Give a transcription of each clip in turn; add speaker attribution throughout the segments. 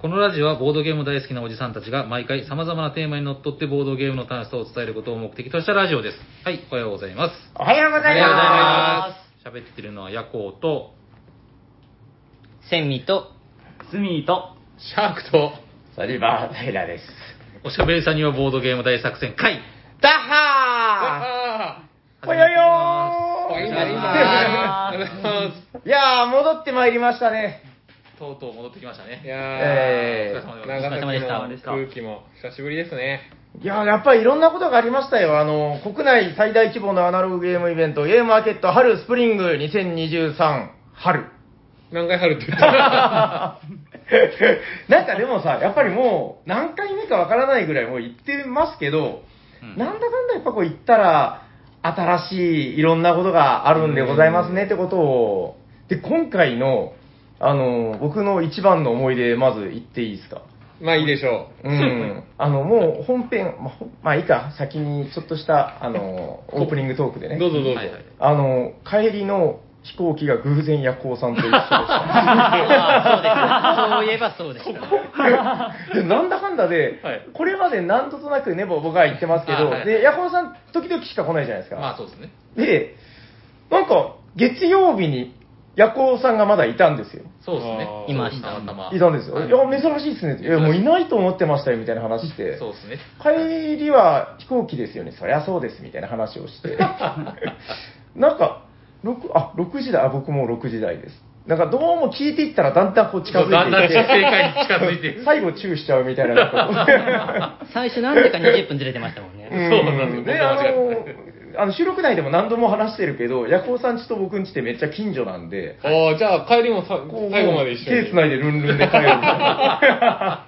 Speaker 1: このラジオはボードゲーム大好きなおじさんたちが毎回様々なテーマにのっとってボードゲームの楽しさを伝えることを目的としたラジオです。はい、おはようございます。
Speaker 2: おはようご
Speaker 1: おは
Speaker 2: ざい
Speaker 1: ようございま
Speaker 2: ま
Speaker 1: す。喋ってるのはヤコウと、
Speaker 3: す。セミと、
Speaker 4: スミーと、
Speaker 1: シャークと、
Speaker 2: す。サリバー・タイラです。
Speaker 1: おしゃべりさんにはボードゲーム大作戦会
Speaker 2: ダッハーぽよよー
Speaker 1: おはようござい
Speaker 3: は
Speaker 1: ま
Speaker 3: ようございま
Speaker 1: す
Speaker 3: す
Speaker 1: おはようございま
Speaker 2: いやー、戻ってまいりましたね。
Speaker 1: す。とうとう戻ってきました
Speaker 5: い
Speaker 1: ね。
Speaker 5: やー、
Speaker 2: えー
Speaker 1: お疲れ様で
Speaker 5: 長崎
Speaker 3: お疲れ様で
Speaker 5: の
Speaker 3: した
Speaker 5: 空気も久しぶりですね。
Speaker 2: いやー、やっぱりいろんなことがありましたよ。あの、国内最大規模のアナログゲームイベント、ゲームマーケット春スプリング2023春。
Speaker 5: 何回春っ て言った
Speaker 2: なんかでもさ、やっぱりもう何回目かわからないぐらいもう行ってますけど、
Speaker 1: うん
Speaker 2: なんだかんだやっぱこう行ったら、新しいいろんなことがあるんでございますねってことを、で、今回の、あの、僕の一番の思い出、まず言っていいですか。
Speaker 5: まあいいでしょ
Speaker 2: うん、あの、もう本編、まあ、ほんまあいいか、先にちょっとした、あの、オープニングトークでね。
Speaker 5: う。どうぞどうぞ。
Speaker 1: はいはい
Speaker 2: あの、帰りの飛行機が偶然夜行さんと一緒 でした。
Speaker 3: あーそうです。そういえばそうでした。
Speaker 2: でなんだかんだで、
Speaker 1: はい
Speaker 2: これまで何度となくね、ぼ僕は言ってますけ
Speaker 1: あ
Speaker 2: ど、
Speaker 1: はい
Speaker 2: で、ヤコウさん、時々しか来ないじゃないですか。
Speaker 1: まあそうですね。
Speaker 2: で、なんか、月曜日にヤコウさんがまだいたんですよ。
Speaker 1: そうですね
Speaker 5: あ。ー
Speaker 3: いました
Speaker 1: たまたま。
Speaker 2: いたんですよ。
Speaker 1: はい
Speaker 2: いや、珍しいですねって。いや、もういないと思ってましたよ、みたいな話して。
Speaker 1: そうですね。
Speaker 2: 帰りは飛行機ですよね、そりゃそうですみたいな話を して、なんか、6, あ6時台、あ僕も6時台です。なんかどうも聞いていったらだんだんこう近づい
Speaker 1: だんだん
Speaker 2: てい
Speaker 1: 正
Speaker 2: て、
Speaker 1: 解に近づいていく。
Speaker 2: 最後チューしちゃうみたいなこと。
Speaker 3: 最初なんでか20分ずれてましたもん
Speaker 2: う
Speaker 3: ね。
Speaker 2: ん
Speaker 1: そうなんですよ
Speaker 2: ね
Speaker 1: 僕
Speaker 2: あ
Speaker 1: も間違
Speaker 2: の、あの収録内でも何度も話してるけど、ヤコウさんちと僕んちってめっちゃ近所なんで、
Speaker 5: ああ、じゃあ帰りもさ
Speaker 2: こう
Speaker 5: 最後まで一緒に。
Speaker 2: 手つないでルンルンで帰るみたいな。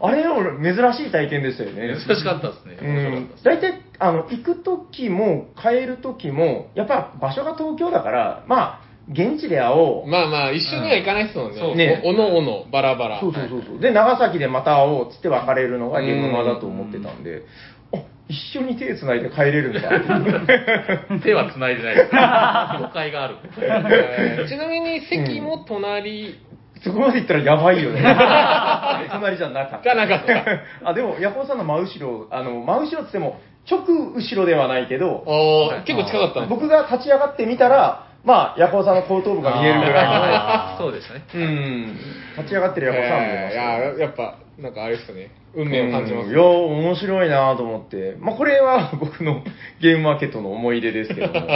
Speaker 2: あれでも珍しい体験でしたよね。
Speaker 1: 珍しかったですね。面白かったです。
Speaker 2: 大体あの行く時も帰る時もやっぱ場所が東京だからまあ現地で会おう、
Speaker 5: まあまあ、一緒には行かないですもんね。
Speaker 1: そう
Speaker 2: ね
Speaker 5: おおのおの、バラバラ。
Speaker 2: そうそうそうそうで長崎でまた会おうっつって別れるのが
Speaker 5: うん
Speaker 2: ゲームマだと思ってたんであ一緒に手つないで帰れるんだ
Speaker 1: 手は繋いでないです。 誤解がある。
Speaker 5: えーちなみに席も隣
Speaker 2: そこまで行ったらやばいよ ね隣じゃなかっ
Speaker 5: じゃ
Speaker 2: た
Speaker 5: なかった。
Speaker 2: あでもヤホーさんの真後ろあの真後ろっつっても直後ろではないけど
Speaker 5: おー、結構近かったの
Speaker 2: 僕が立ち上がってみたらまあヤホーさんの後頭部が見えるぐらいの
Speaker 3: あー
Speaker 1: そうでしたね。
Speaker 2: うん。立ち上がってるヤコさんもいま
Speaker 5: え
Speaker 2: し
Speaker 5: ーい
Speaker 2: た
Speaker 5: や
Speaker 2: よ。
Speaker 5: ーやっぱ、なんかあれですね。運命を感じます
Speaker 2: うんいや、面白いなと思って。まあ、これは僕のゲームマーケットの思い出ですけど も。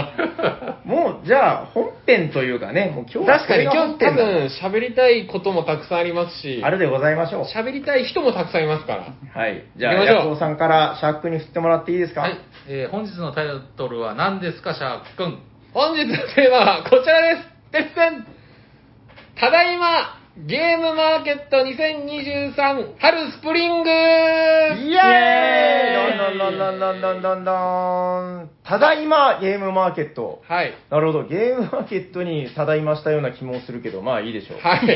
Speaker 2: もう、じゃあ、本編というかね、もう今日は
Speaker 5: 確かに
Speaker 2: これが
Speaker 5: 今
Speaker 2: 本
Speaker 5: 日多
Speaker 2: 編だ
Speaker 5: 分喋りたいこともたくさんありますし、
Speaker 2: あれでございましょう。
Speaker 5: 喋りたい人もたくさんいますから。
Speaker 2: はい。じゃあ、
Speaker 5: 行きましょう
Speaker 2: ヤコさんからシャークに振ってもらっていいですか
Speaker 1: はい。えー本日のタイトルは何ですか、シャークくん。
Speaker 5: 本日のテーマはこちらです。てっぺんただいま、ゲームマーケット2023春スプリング
Speaker 2: イエーイどんどんどんどんどんどんどん。ただいま、ゲームマーケット。
Speaker 5: はい。
Speaker 2: なるほど。ゲームマーケットにただいましたような気もするけど、まあいいでしょう。
Speaker 5: はい。いや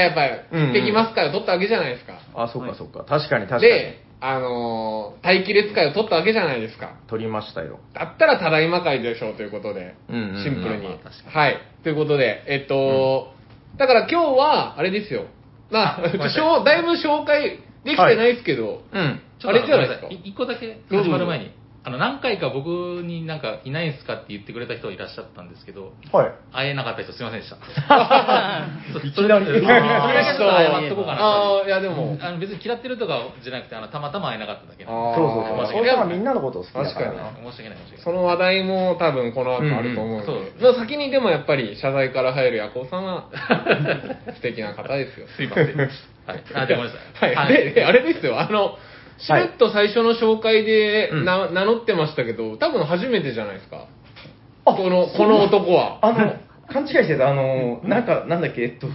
Speaker 5: やっぱり、
Speaker 2: うんうん
Speaker 5: 行ってきますから取ったわけじゃないですか。
Speaker 2: あ、そっかそっか。確かに確かに。
Speaker 5: で、あのー待機列会を取ったわけじゃないですか。
Speaker 2: 取りましたよ。
Speaker 5: だったらただいま会でしょうということで、
Speaker 2: うんうんうん
Speaker 5: シンプルに。
Speaker 1: まあまあ確か
Speaker 5: はい。ということで、えっと、だから今日は、あれですよ。まあ、
Speaker 1: ごめんなさい
Speaker 5: しょうだいぶ紹介できてないですけど、
Speaker 2: うん。
Speaker 1: ちょっと
Speaker 5: あれじゃないですか
Speaker 1: ごめんさ一個だけ始まる前に。あの、何回か僕になんかいないんすかって言ってくれた人いらっしゃったんですけど、
Speaker 2: はい。
Speaker 1: 会えなかった人すいませんでし た。
Speaker 2: いきなり
Speaker 1: それそれだけちょっと謝っとこうかな
Speaker 5: ああ、いやでも、
Speaker 1: と。あの別に嫌ってるとかじゃなくて、あのたまたま会えなかっただけなんで
Speaker 5: あー
Speaker 2: そうそうそう。まあ、
Speaker 1: 申し
Speaker 2: そ
Speaker 1: 訳な
Speaker 2: う
Speaker 1: い
Speaker 2: さんはみんなのことを好きだから
Speaker 5: 確か
Speaker 2: な。
Speaker 1: 申し訳ない、申し訳
Speaker 5: そ
Speaker 1: ない。
Speaker 5: の話題も多分この後あると思うんで、
Speaker 1: うんうんそう
Speaker 5: まあ先にでもやっぱり謝罪から入るヤコウさんは素敵な方で すよ。
Speaker 1: すいません。はい。あ、でごめんなさい。
Speaker 5: はい、でで、あれですよ、あの、しれっと最初の紹介で
Speaker 2: うん
Speaker 5: な、名乗ってましたけど、多分初めてじゃないですか。
Speaker 2: あ
Speaker 5: この、この男は。
Speaker 2: あの、勘違いしてた、あの、なんか、なんだっけ、えっと、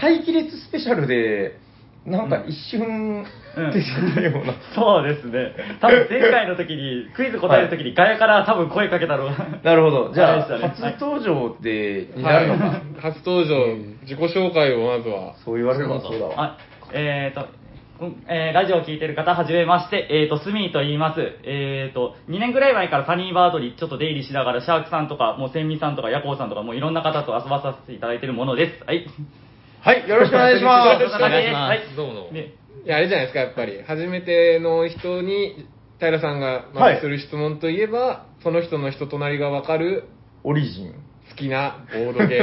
Speaker 2: 待機列スペシャルで、なんか一瞬
Speaker 4: うん
Speaker 2: 出てたような。
Speaker 4: そうですね。多分前回の時に、クイズ答える時に、ガヤから多分声かけたのが。
Speaker 2: なるほど。じゃ
Speaker 4: あれで
Speaker 2: あ、
Speaker 4: したね
Speaker 2: 初登場で、にな
Speaker 5: は
Speaker 2: るのか。
Speaker 5: い、初登場、自己紹介をまずは。
Speaker 2: そう言われればそうだわ。
Speaker 4: あえーと、こんえーラジオを聞いてる方、はじめまして、えーと、スミーと言います。えーと、2年ぐらい前からサニーバードにちょっと出入りしながら、シャークさんとか、もうセンミさんとか、ヤコウさんとか、もういろんな方と遊ばさせていただいてるものです。はい。
Speaker 2: はい、よろしくお願いし
Speaker 4: は
Speaker 2: ま
Speaker 4: い
Speaker 2: す。
Speaker 3: よろしくお願いします
Speaker 4: はい
Speaker 1: どうもどうも
Speaker 4: で
Speaker 5: いや、あれじゃないですか、やっぱり。初めての人に、平さんがま
Speaker 2: はい
Speaker 5: ずする質問といえば、その人の人となりがわかる
Speaker 2: オリジン。
Speaker 5: 好きなボードゲー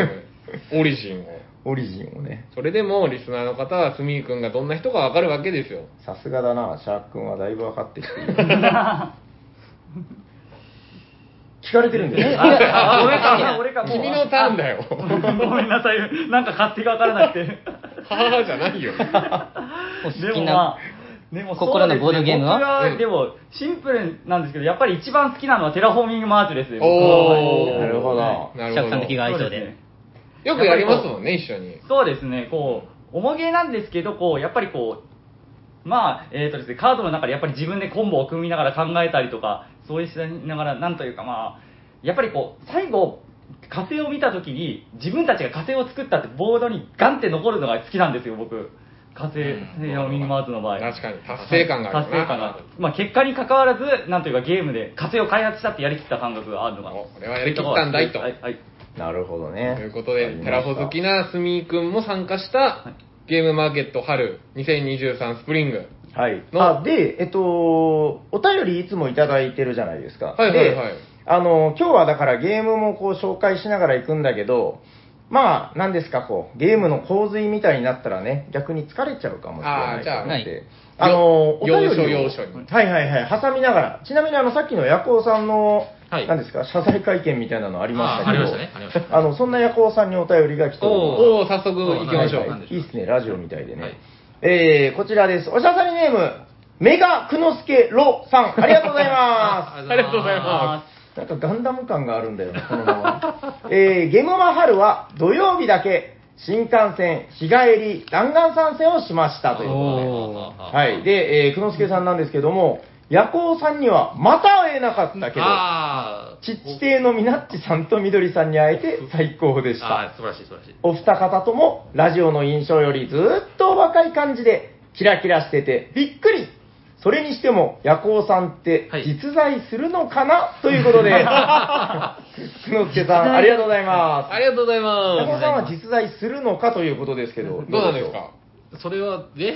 Speaker 5: ム、オリジンを。
Speaker 2: オリジンをね。
Speaker 5: それでも、リスナーの方は、スミー君がどんな人かわかるわけですよ。
Speaker 2: さすがだな、シャーク君はだいぶ分か ってきてる。聞かれてるんですよ。
Speaker 4: あ俺
Speaker 3: い
Speaker 4: か
Speaker 3: や
Speaker 4: 俺かもう
Speaker 5: 君のターンだよ。
Speaker 4: ごめんなさいなんか勝手が分からなくて
Speaker 5: はあじゃないよ。
Speaker 3: お好
Speaker 4: で
Speaker 3: き
Speaker 4: もまあ
Speaker 3: な、
Speaker 4: でも
Speaker 3: 心のボードゲームは
Speaker 4: そうですね僕
Speaker 5: うん
Speaker 4: は、でも、シンプルなんですけど、やっぱり一番好きなのはテラフォーミングマーチです よ。
Speaker 5: おー。
Speaker 2: なるほど
Speaker 5: な
Speaker 3: シ
Speaker 5: る
Speaker 3: ャー
Speaker 5: ほ
Speaker 3: クさんの気
Speaker 5: ど。
Speaker 3: が合いそう
Speaker 4: そうです
Speaker 3: で
Speaker 4: ね。
Speaker 5: よくやりますもんね、一緒に。
Speaker 4: そうですね、こう、重げなんですけど、こう、やっぱりこう、まあ、えっ、とですね、カードの中でやっぱり自分でコンボを組みながら考えたりとか、そういうしながら、なんというかまあ、やっぱりこう、最後、火星を見たときに、自分たちが火星を作ったってボードにガンって残るのが好きなんですよ、僕。火星、テラフォーミングマーチの場合。
Speaker 5: 確かに達成感がある
Speaker 4: 達成感があるまあ、結果に関わらず、なんというかゲームで火星を開発したってやりきった感覚があるのが。
Speaker 5: お俺はやりきったんだいと
Speaker 4: はい。はい
Speaker 2: なるほど
Speaker 5: と
Speaker 2: ね。
Speaker 5: いうことで、テラフォ好き
Speaker 2: な。
Speaker 5: なスミー君も参加した、ゲームマーケット春2023スプリング。
Speaker 2: はい。
Speaker 5: の
Speaker 2: あ、で、えっと、お便りいつもいただいてるじゃないですか。
Speaker 5: はいはいはい
Speaker 2: であの、今日はだからゲームもこう紹介しながら行くんだけど、まあ、なんですか、こう、ゲームの洪水みたいになったらね、逆に疲れちゃうかもしれないと思っ
Speaker 3: あーじ
Speaker 2: て。あの、お便り
Speaker 5: 要
Speaker 2: を
Speaker 5: 所要所に。
Speaker 2: はいはいはい、挟みながら。ちなみにあの、さっきの夜行さんの、
Speaker 1: はい
Speaker 2: 何ですか、謝罪会見みたいなのありましたけど、
Speaker 1: あーありましたねありました
Speaker 2: あの、そんな夜行さんにお便りが来ております。
Speaker 5: おお早速行きましょう。
Speaker 2: はい
Speaker 1: な
Speaker 2: は
Speaker 1: ん
Speaker 2: い
Speaker 1: でしょう
Speaker 2: いいっすね、ラジオみたいでね。
Speaker 1: はい
Speaker 2: えー、こちらです。おしゃさりネーム、メガクノスケロさん、ありがとうございます。
Speaker 5: ありがとうございま
Speaker 2: なんかガンダム感があるんだよな、このまま。えー、ゲムマ春は土曜日だけ新幹線、日帰り、弾丸参戦をしましたということで。はい。で、えー、くのすけさんなんですけども、夜行さんにはまた会えなかったけど、
Speaker 1: あー
Speaker 2: ちっち亭のみなっちさんとみどりさんに会えて最高でした。
Speaker 1: あー素晴らしい素晴らしい。
Speaker 2: お二方ともラジオの印象よりずっとお若い感じでキラキラしててびっくりそれにしても夜行さんって
Speaker 1: はい
Speaker 2: 実在するのかな、ということで 久之助さんありがとうございます
Speaker 5: ありがとうござい
Speaker 2: 夜
Speaker 5: ま
Speaker 2: 行さんは実在するのかということですけど
Speaker 5: す。どうなんで
Speaker 2: しょ
Speaker 5: すか
Speaker 1: それは、え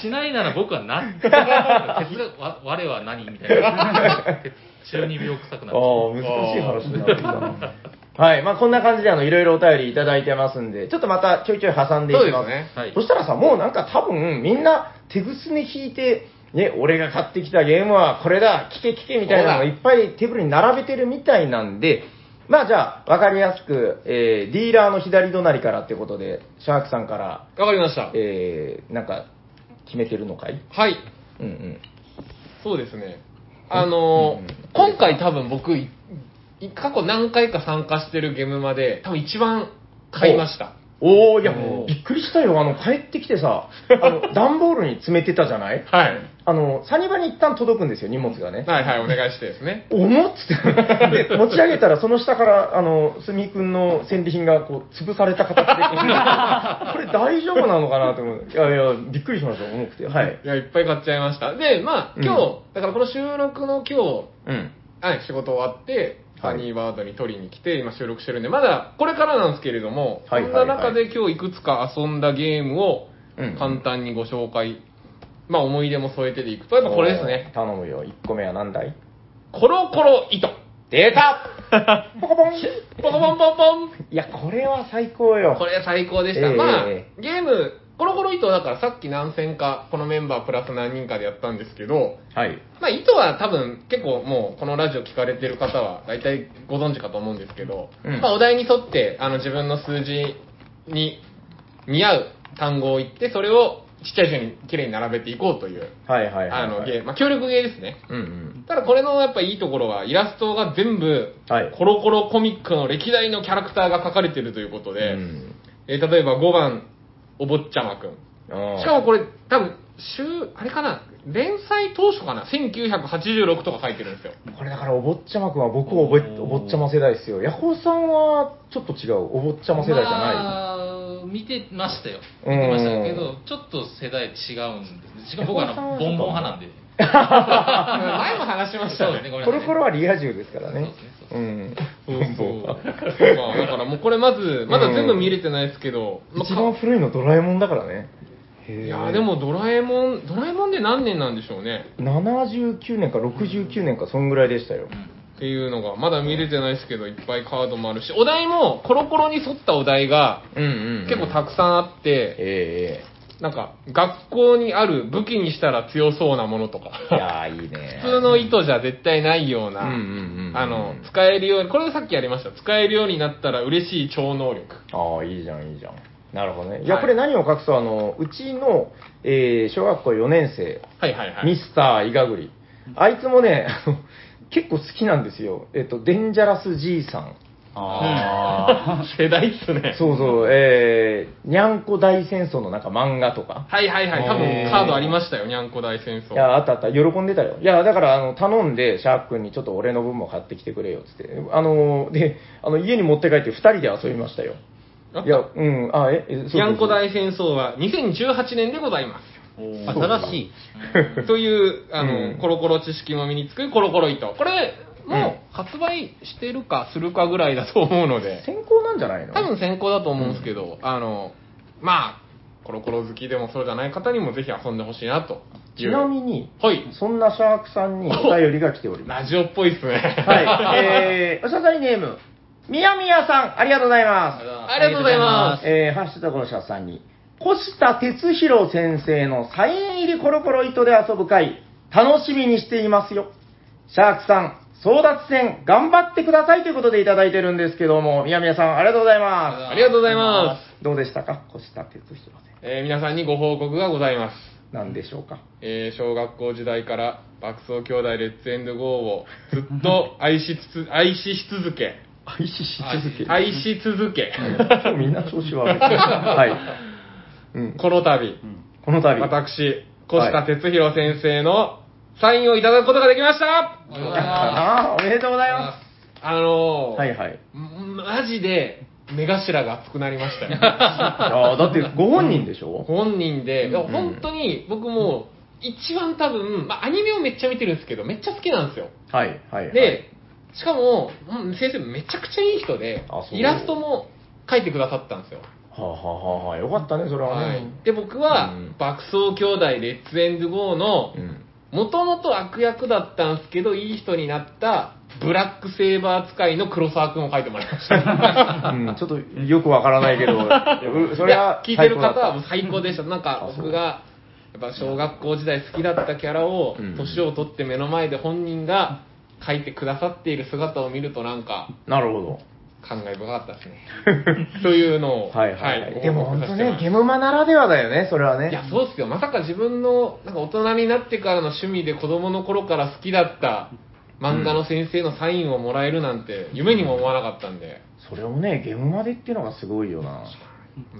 Speaker 1: しないなら僕はな、哲学、わ我は何みたいな。中二病臭くなっちゃう。
Speaker 2: ああ、難しい話になってきたな。 はい。まあ、こんな感じで、あの、いろいろお便りいただいてますんで、ちょっとまたちょいちょい挟んでいきます。
Speaker 5: そうですね
Speaker 1: はい
Speaker 2: そしたらさ、もうなんか多分、みんな手ぐすね引いて、ね、俺が買ってきたゲームはこれだ、聞け聞けみたいなのを
Speaker 5: そうだ
Speaker 2: いっぱいテーブルに並べてるみたいなんで、まあじゃあ、わかりやすく、えー、ディーラーの左隣からってことで、シャークさんから、
Speaker 5: わかりました。
Speaker 2: えー、なんか、決めてるのかい
Speaker 5: はい。
Speaker 2: うんうん。
Speaker 5: そうですね。あの
Speaker 2: うん
Speaker 5: ー
Speaker 2: うん
Speaker 5: 今回多分僕、いい過去何回か参加してるゲームまで、多分一番買いました。
Speaker 2: おおいや
Speaker 1: お、ー
Speaker 2: びっくりしたよ。あの、帰ってきて さ、あの、段ボールに詰めてたじゃない
Speaker 5: はい。
Speaker 2: あの、サニバに一旦届くんですよ、荷物がね。
Speaker 5: はいはい、お願いしてですね。
Speaker 2: 重っつ って。で、持ち上げたら、その下から、あの、すみくんの戦利品が、こう、潰された 形で、これ大丈夫なのかなと思う。いやいや、びっくりしました、重くて。はい。
Speaker 5: いや、いっぱい買っちゃいました。で、まあ、今日、だからこの収録の今日、
Speaker 2: うん。
Speaker 5: はい、仕事終わって、
Speaker 2: はい
Speaker 5: ハニーバードに取りに来て、今収録してるんで、まだこれからなんですけれども、
Speaker 2: はい
Speaker 5: そん
Speaker 2: は
Speaker 5: ない
Speaker 2: はい
Speaker 5: 中で今日いくつか遊んだゲームを
Speaker 2: うん
Speaker 5: 簡単にご紹介、まあ思い出も添えてでいくと、やっぱこれですね。
Speaker 2: 頼むよ、1個目は何だい
Speaker 5: コロコロ糸。
Speaker 2: 出 たポコポン
Speaker 5: ポコポンポンポン
Speaker 2: いや、これは最高よ。
Speaker 5: これ最高でした。
Speaker 2: ええ
Speaker 5: まあ、
Speaker 2: え
Speaker 5: ゲーム、コロコロ糸はだからさっき何戦か、このメンバープラス何人かでやったんですけど、
Speaker 2: はい。
Speaker 5: まあ、糸は多分結構もうこのラジオ聞かれてる方は大体ご存知かと思うんですけど、
Speaker 2: うん
Speaker 5: まあ、お題に沿ってあの自分の数字に見合う単語を言ってそれをちっちゃい順にきれいに並べていこうという
Speaker 2: はいはいはい、はい。
Speaker 5: あのゲーム、まあ、協力ゲーですね
Speaker 2: うんうん。
Speaker 5: ただこれのやっぱいいところはイラストが全部
Speaker 2: はい
Speaker 5: コロコロコミックの歴代のキャラクターが描かれてるということで、
Speaker 2: うん
Speaker 5: えー例えば5番お坊ちゃまくん
Speaker 2: あー
Speaker 5: しかもこれ、多分週、あれかな、連載当初かな、1986とか書いてるんですよ。
Speaker 2: これだからお坊ちゃまくんは僕を覚え
Speaker 1: おー
Speaker 2: お坊ちゃま世代ですよヤホーさんはちょっと違うお坊ちゃま世代じゃない、
Speaker 1: まあ見てましたよ。見てましたけど、ちょっと世代違うんです。しかも僕はあの
Speaker 2: え
Speaker 1: ボンボン派なんで。
Speaker 5: 前も話しましたよね、これ、ね。
Speaker 2: コロコロはリア充ですからね。
Speaker 5: そう
Speaker 2: うん。
Speaker 5: そうそう。まあ、だからもうこれまず、まだ全部見れてないですけど、まあ
Speaker 2: 一番古いのドラえもんだからね。
Speaker 5: いやでもドラえもん、ドラえもんで何年なんでしょうね。
Speaker 2: 79年か69年か、そんぐらいでしたよ。
Speaker 5: っていうのが、まだ見れてないですけど、いっぱいカードもあるし、お題も、コロコロに沿ったお題が、
Speaker 2: うんうん、
Speaker 5: 結構たくさんあって、
Speaker 2: え
Speaker 5: なんか、学校にある武器にしたら強そうなものと
Speaker 2: えい
Speaker 5: か、
Speaker 2: やー、いいね。
Speaker 5: 普通の糸じゃ絶対ないような、
Speaker 2: うんうんうん
Speaker 5: あの、使えるように、これさっきやりました。使えるようになったら嬉しい超能力。
Speaker 2: ああ、いいじゃん、いいじゃん。なるほどね。いや、これ何を隠そう、あの、うちの、えー小学校4年生、
Speaker 5: はいはいはい。
Speaker 2: ミスターイガグリ。あいつもね、あの結構好きなんですよ。えっと、デンジャラスじいさん。
Speaker 4: あ
Speaker 5: 世代っすね。
Speaker 2: そうそう、えー、にゃんこ大戦争のなんか漫画とか。
Speaker 5: はいはいはい。多
Speaker 2: へ
Speaker 5: 分
Speaker 2: ー
Speaker 5: カードありましたよ、にゃんこ大戦
Speaker 2: い
Speaker 5: 争。
Speaker 2: や、あったあった。喜んでたよ。いや、だから、あの、頼んで、シャーク君にちょっと俺の分も買ってきてくれよ、つって。あの、で、あの、家に持って帰って二人で遊びましたよ。
Speaker 5: あった
Speaker 2: いや、うん、あ、え、えそうそうそう
Speaker 5: にゃんこ大戦争は2018年でございま
Speaker 4: ー
Speaker 3: 新しい。
Speaker 5: す。 という、あ
Speaker 2: う
Speaker 5: の、
Speaker 2: ん
Speaker 5: コロコロ知識も身につくコロコロ糸。これ、もう発売してるかするかぐらいだと思うので、
Speaker 2: 先行なんじゃないの
Speaker 5: 多分先行だと思うんですけど、あの、まあ、コロコロ好きでもそうじゃない方にもぜひ遊んでほしいなとい
Speaker 2: ち
Speaker 5: う。
Speaker 2: なみに、
Speaker 5: はい。
Speaker 2: そんなシャークさんにお便りが来ております。
Speaker 5: ラジオっぽいっすね。
Speaker 2: はい。えー、おしゃさりネーム、みやみやさん、ありがとうございます。
Speaker 5: ありがとうございます。
Speaker 2: えー、ハッシュタグの社さんに、越田哲弘先生のサイン入りコロコロ糸で遊ぶ会、楽しみにしていますよ。シャークさん、争奪戦、頑張ってくださいということでいただいてるんですけども、宮宮さん、ありがとうございま
Speaker 5: ありがとうございます。
Speaker 2: す。どうでしたか越田哲弘先
Speaker 5: えー皆さんにご報告がございます。
Speaker 2: 生。なんでしょうか
Speaker 5: えー小学校時代から爆走兄弟レッツエンドゴーをずっと 愛しつつ、愛しし続け、
Speaker 2: 愛しし続ける。
Speaker 5: 愛し続け、
Speaker 2: 今日みんな調子悪い。はい。うん、
Speaker 5: この度、
Speaker 2: この度。
Speaker 5: 私、越田哲弘先生のサインをいただくことができました
Speaker 1: ありがとうございま
Speaker 2: ああ、おめでとうございま
Speaker 5: あの
Speaker 2: す。
Speaker 5: ー、
Speaker 2: はいはい。
Speaker 5: マジで目頭が熱くなりました よ。
Speaker 2: ああ、だってご本人でしょ、
Speaker 5: 本人で、いや
Speaker 2: ん
Speaker 5: 本当に僕も一番多分、まあ、アニメをめっちゃ見てるんですけど、めっちゃ好きなんですよ。
Speaker 2: はいはいはい。
Speaker 5: で、しかも、うん先生めちゃくちゃいい人で
Speaker 2: あ、そう
Speaker 5: イラストも描いてくださったんですよ。
Speaker 2: はあ、はあはあはあ、よかったね、それはね。
Speaker 5: はい、で、僕は、
Speaker 2: うん
Speaker 5: 爆走兄弟レッツエンドゴーの
Speaker 2: う、ん。
Speaker 5: もともと悪役だったんですけど、いい人になった、ブラックセーバー使いの黒沢くんを描いてもらいました。
Speaker 2: うん、ちょっとよくわからないけ ど、うそれは
Speaker 5: 聞いてる方はもう
Speaker 2: 最高だっ
Speaker 5: 最高でした。なんか
Speaker 2: あそう
Speaker 5: 僕が、やっぱ小学校時代好きだったキャラを
Speaker 2: うん、
Speaker 5: 年を取って目の前で本人が描いてくださっている姿を見るとなんか、
Speaker 2: たなるほど。
Speaker 5: 感慨深かったですね。というのを、
Speaker 2: はいはい、はい。でも本当ね、ゲ
Speaker 5: ム
Speaker 2: ムマならではだよね、それはね。
Speaker 5: いや、そうっすよ。まさか自分の、なんか大人になってからの趣味で子供の頃から好きだった漫画の先生のサインをもらえるなんて、夢にも思わなかったんで。
Speaker 2: それをね、ゲムマでっていうのがすごいよな。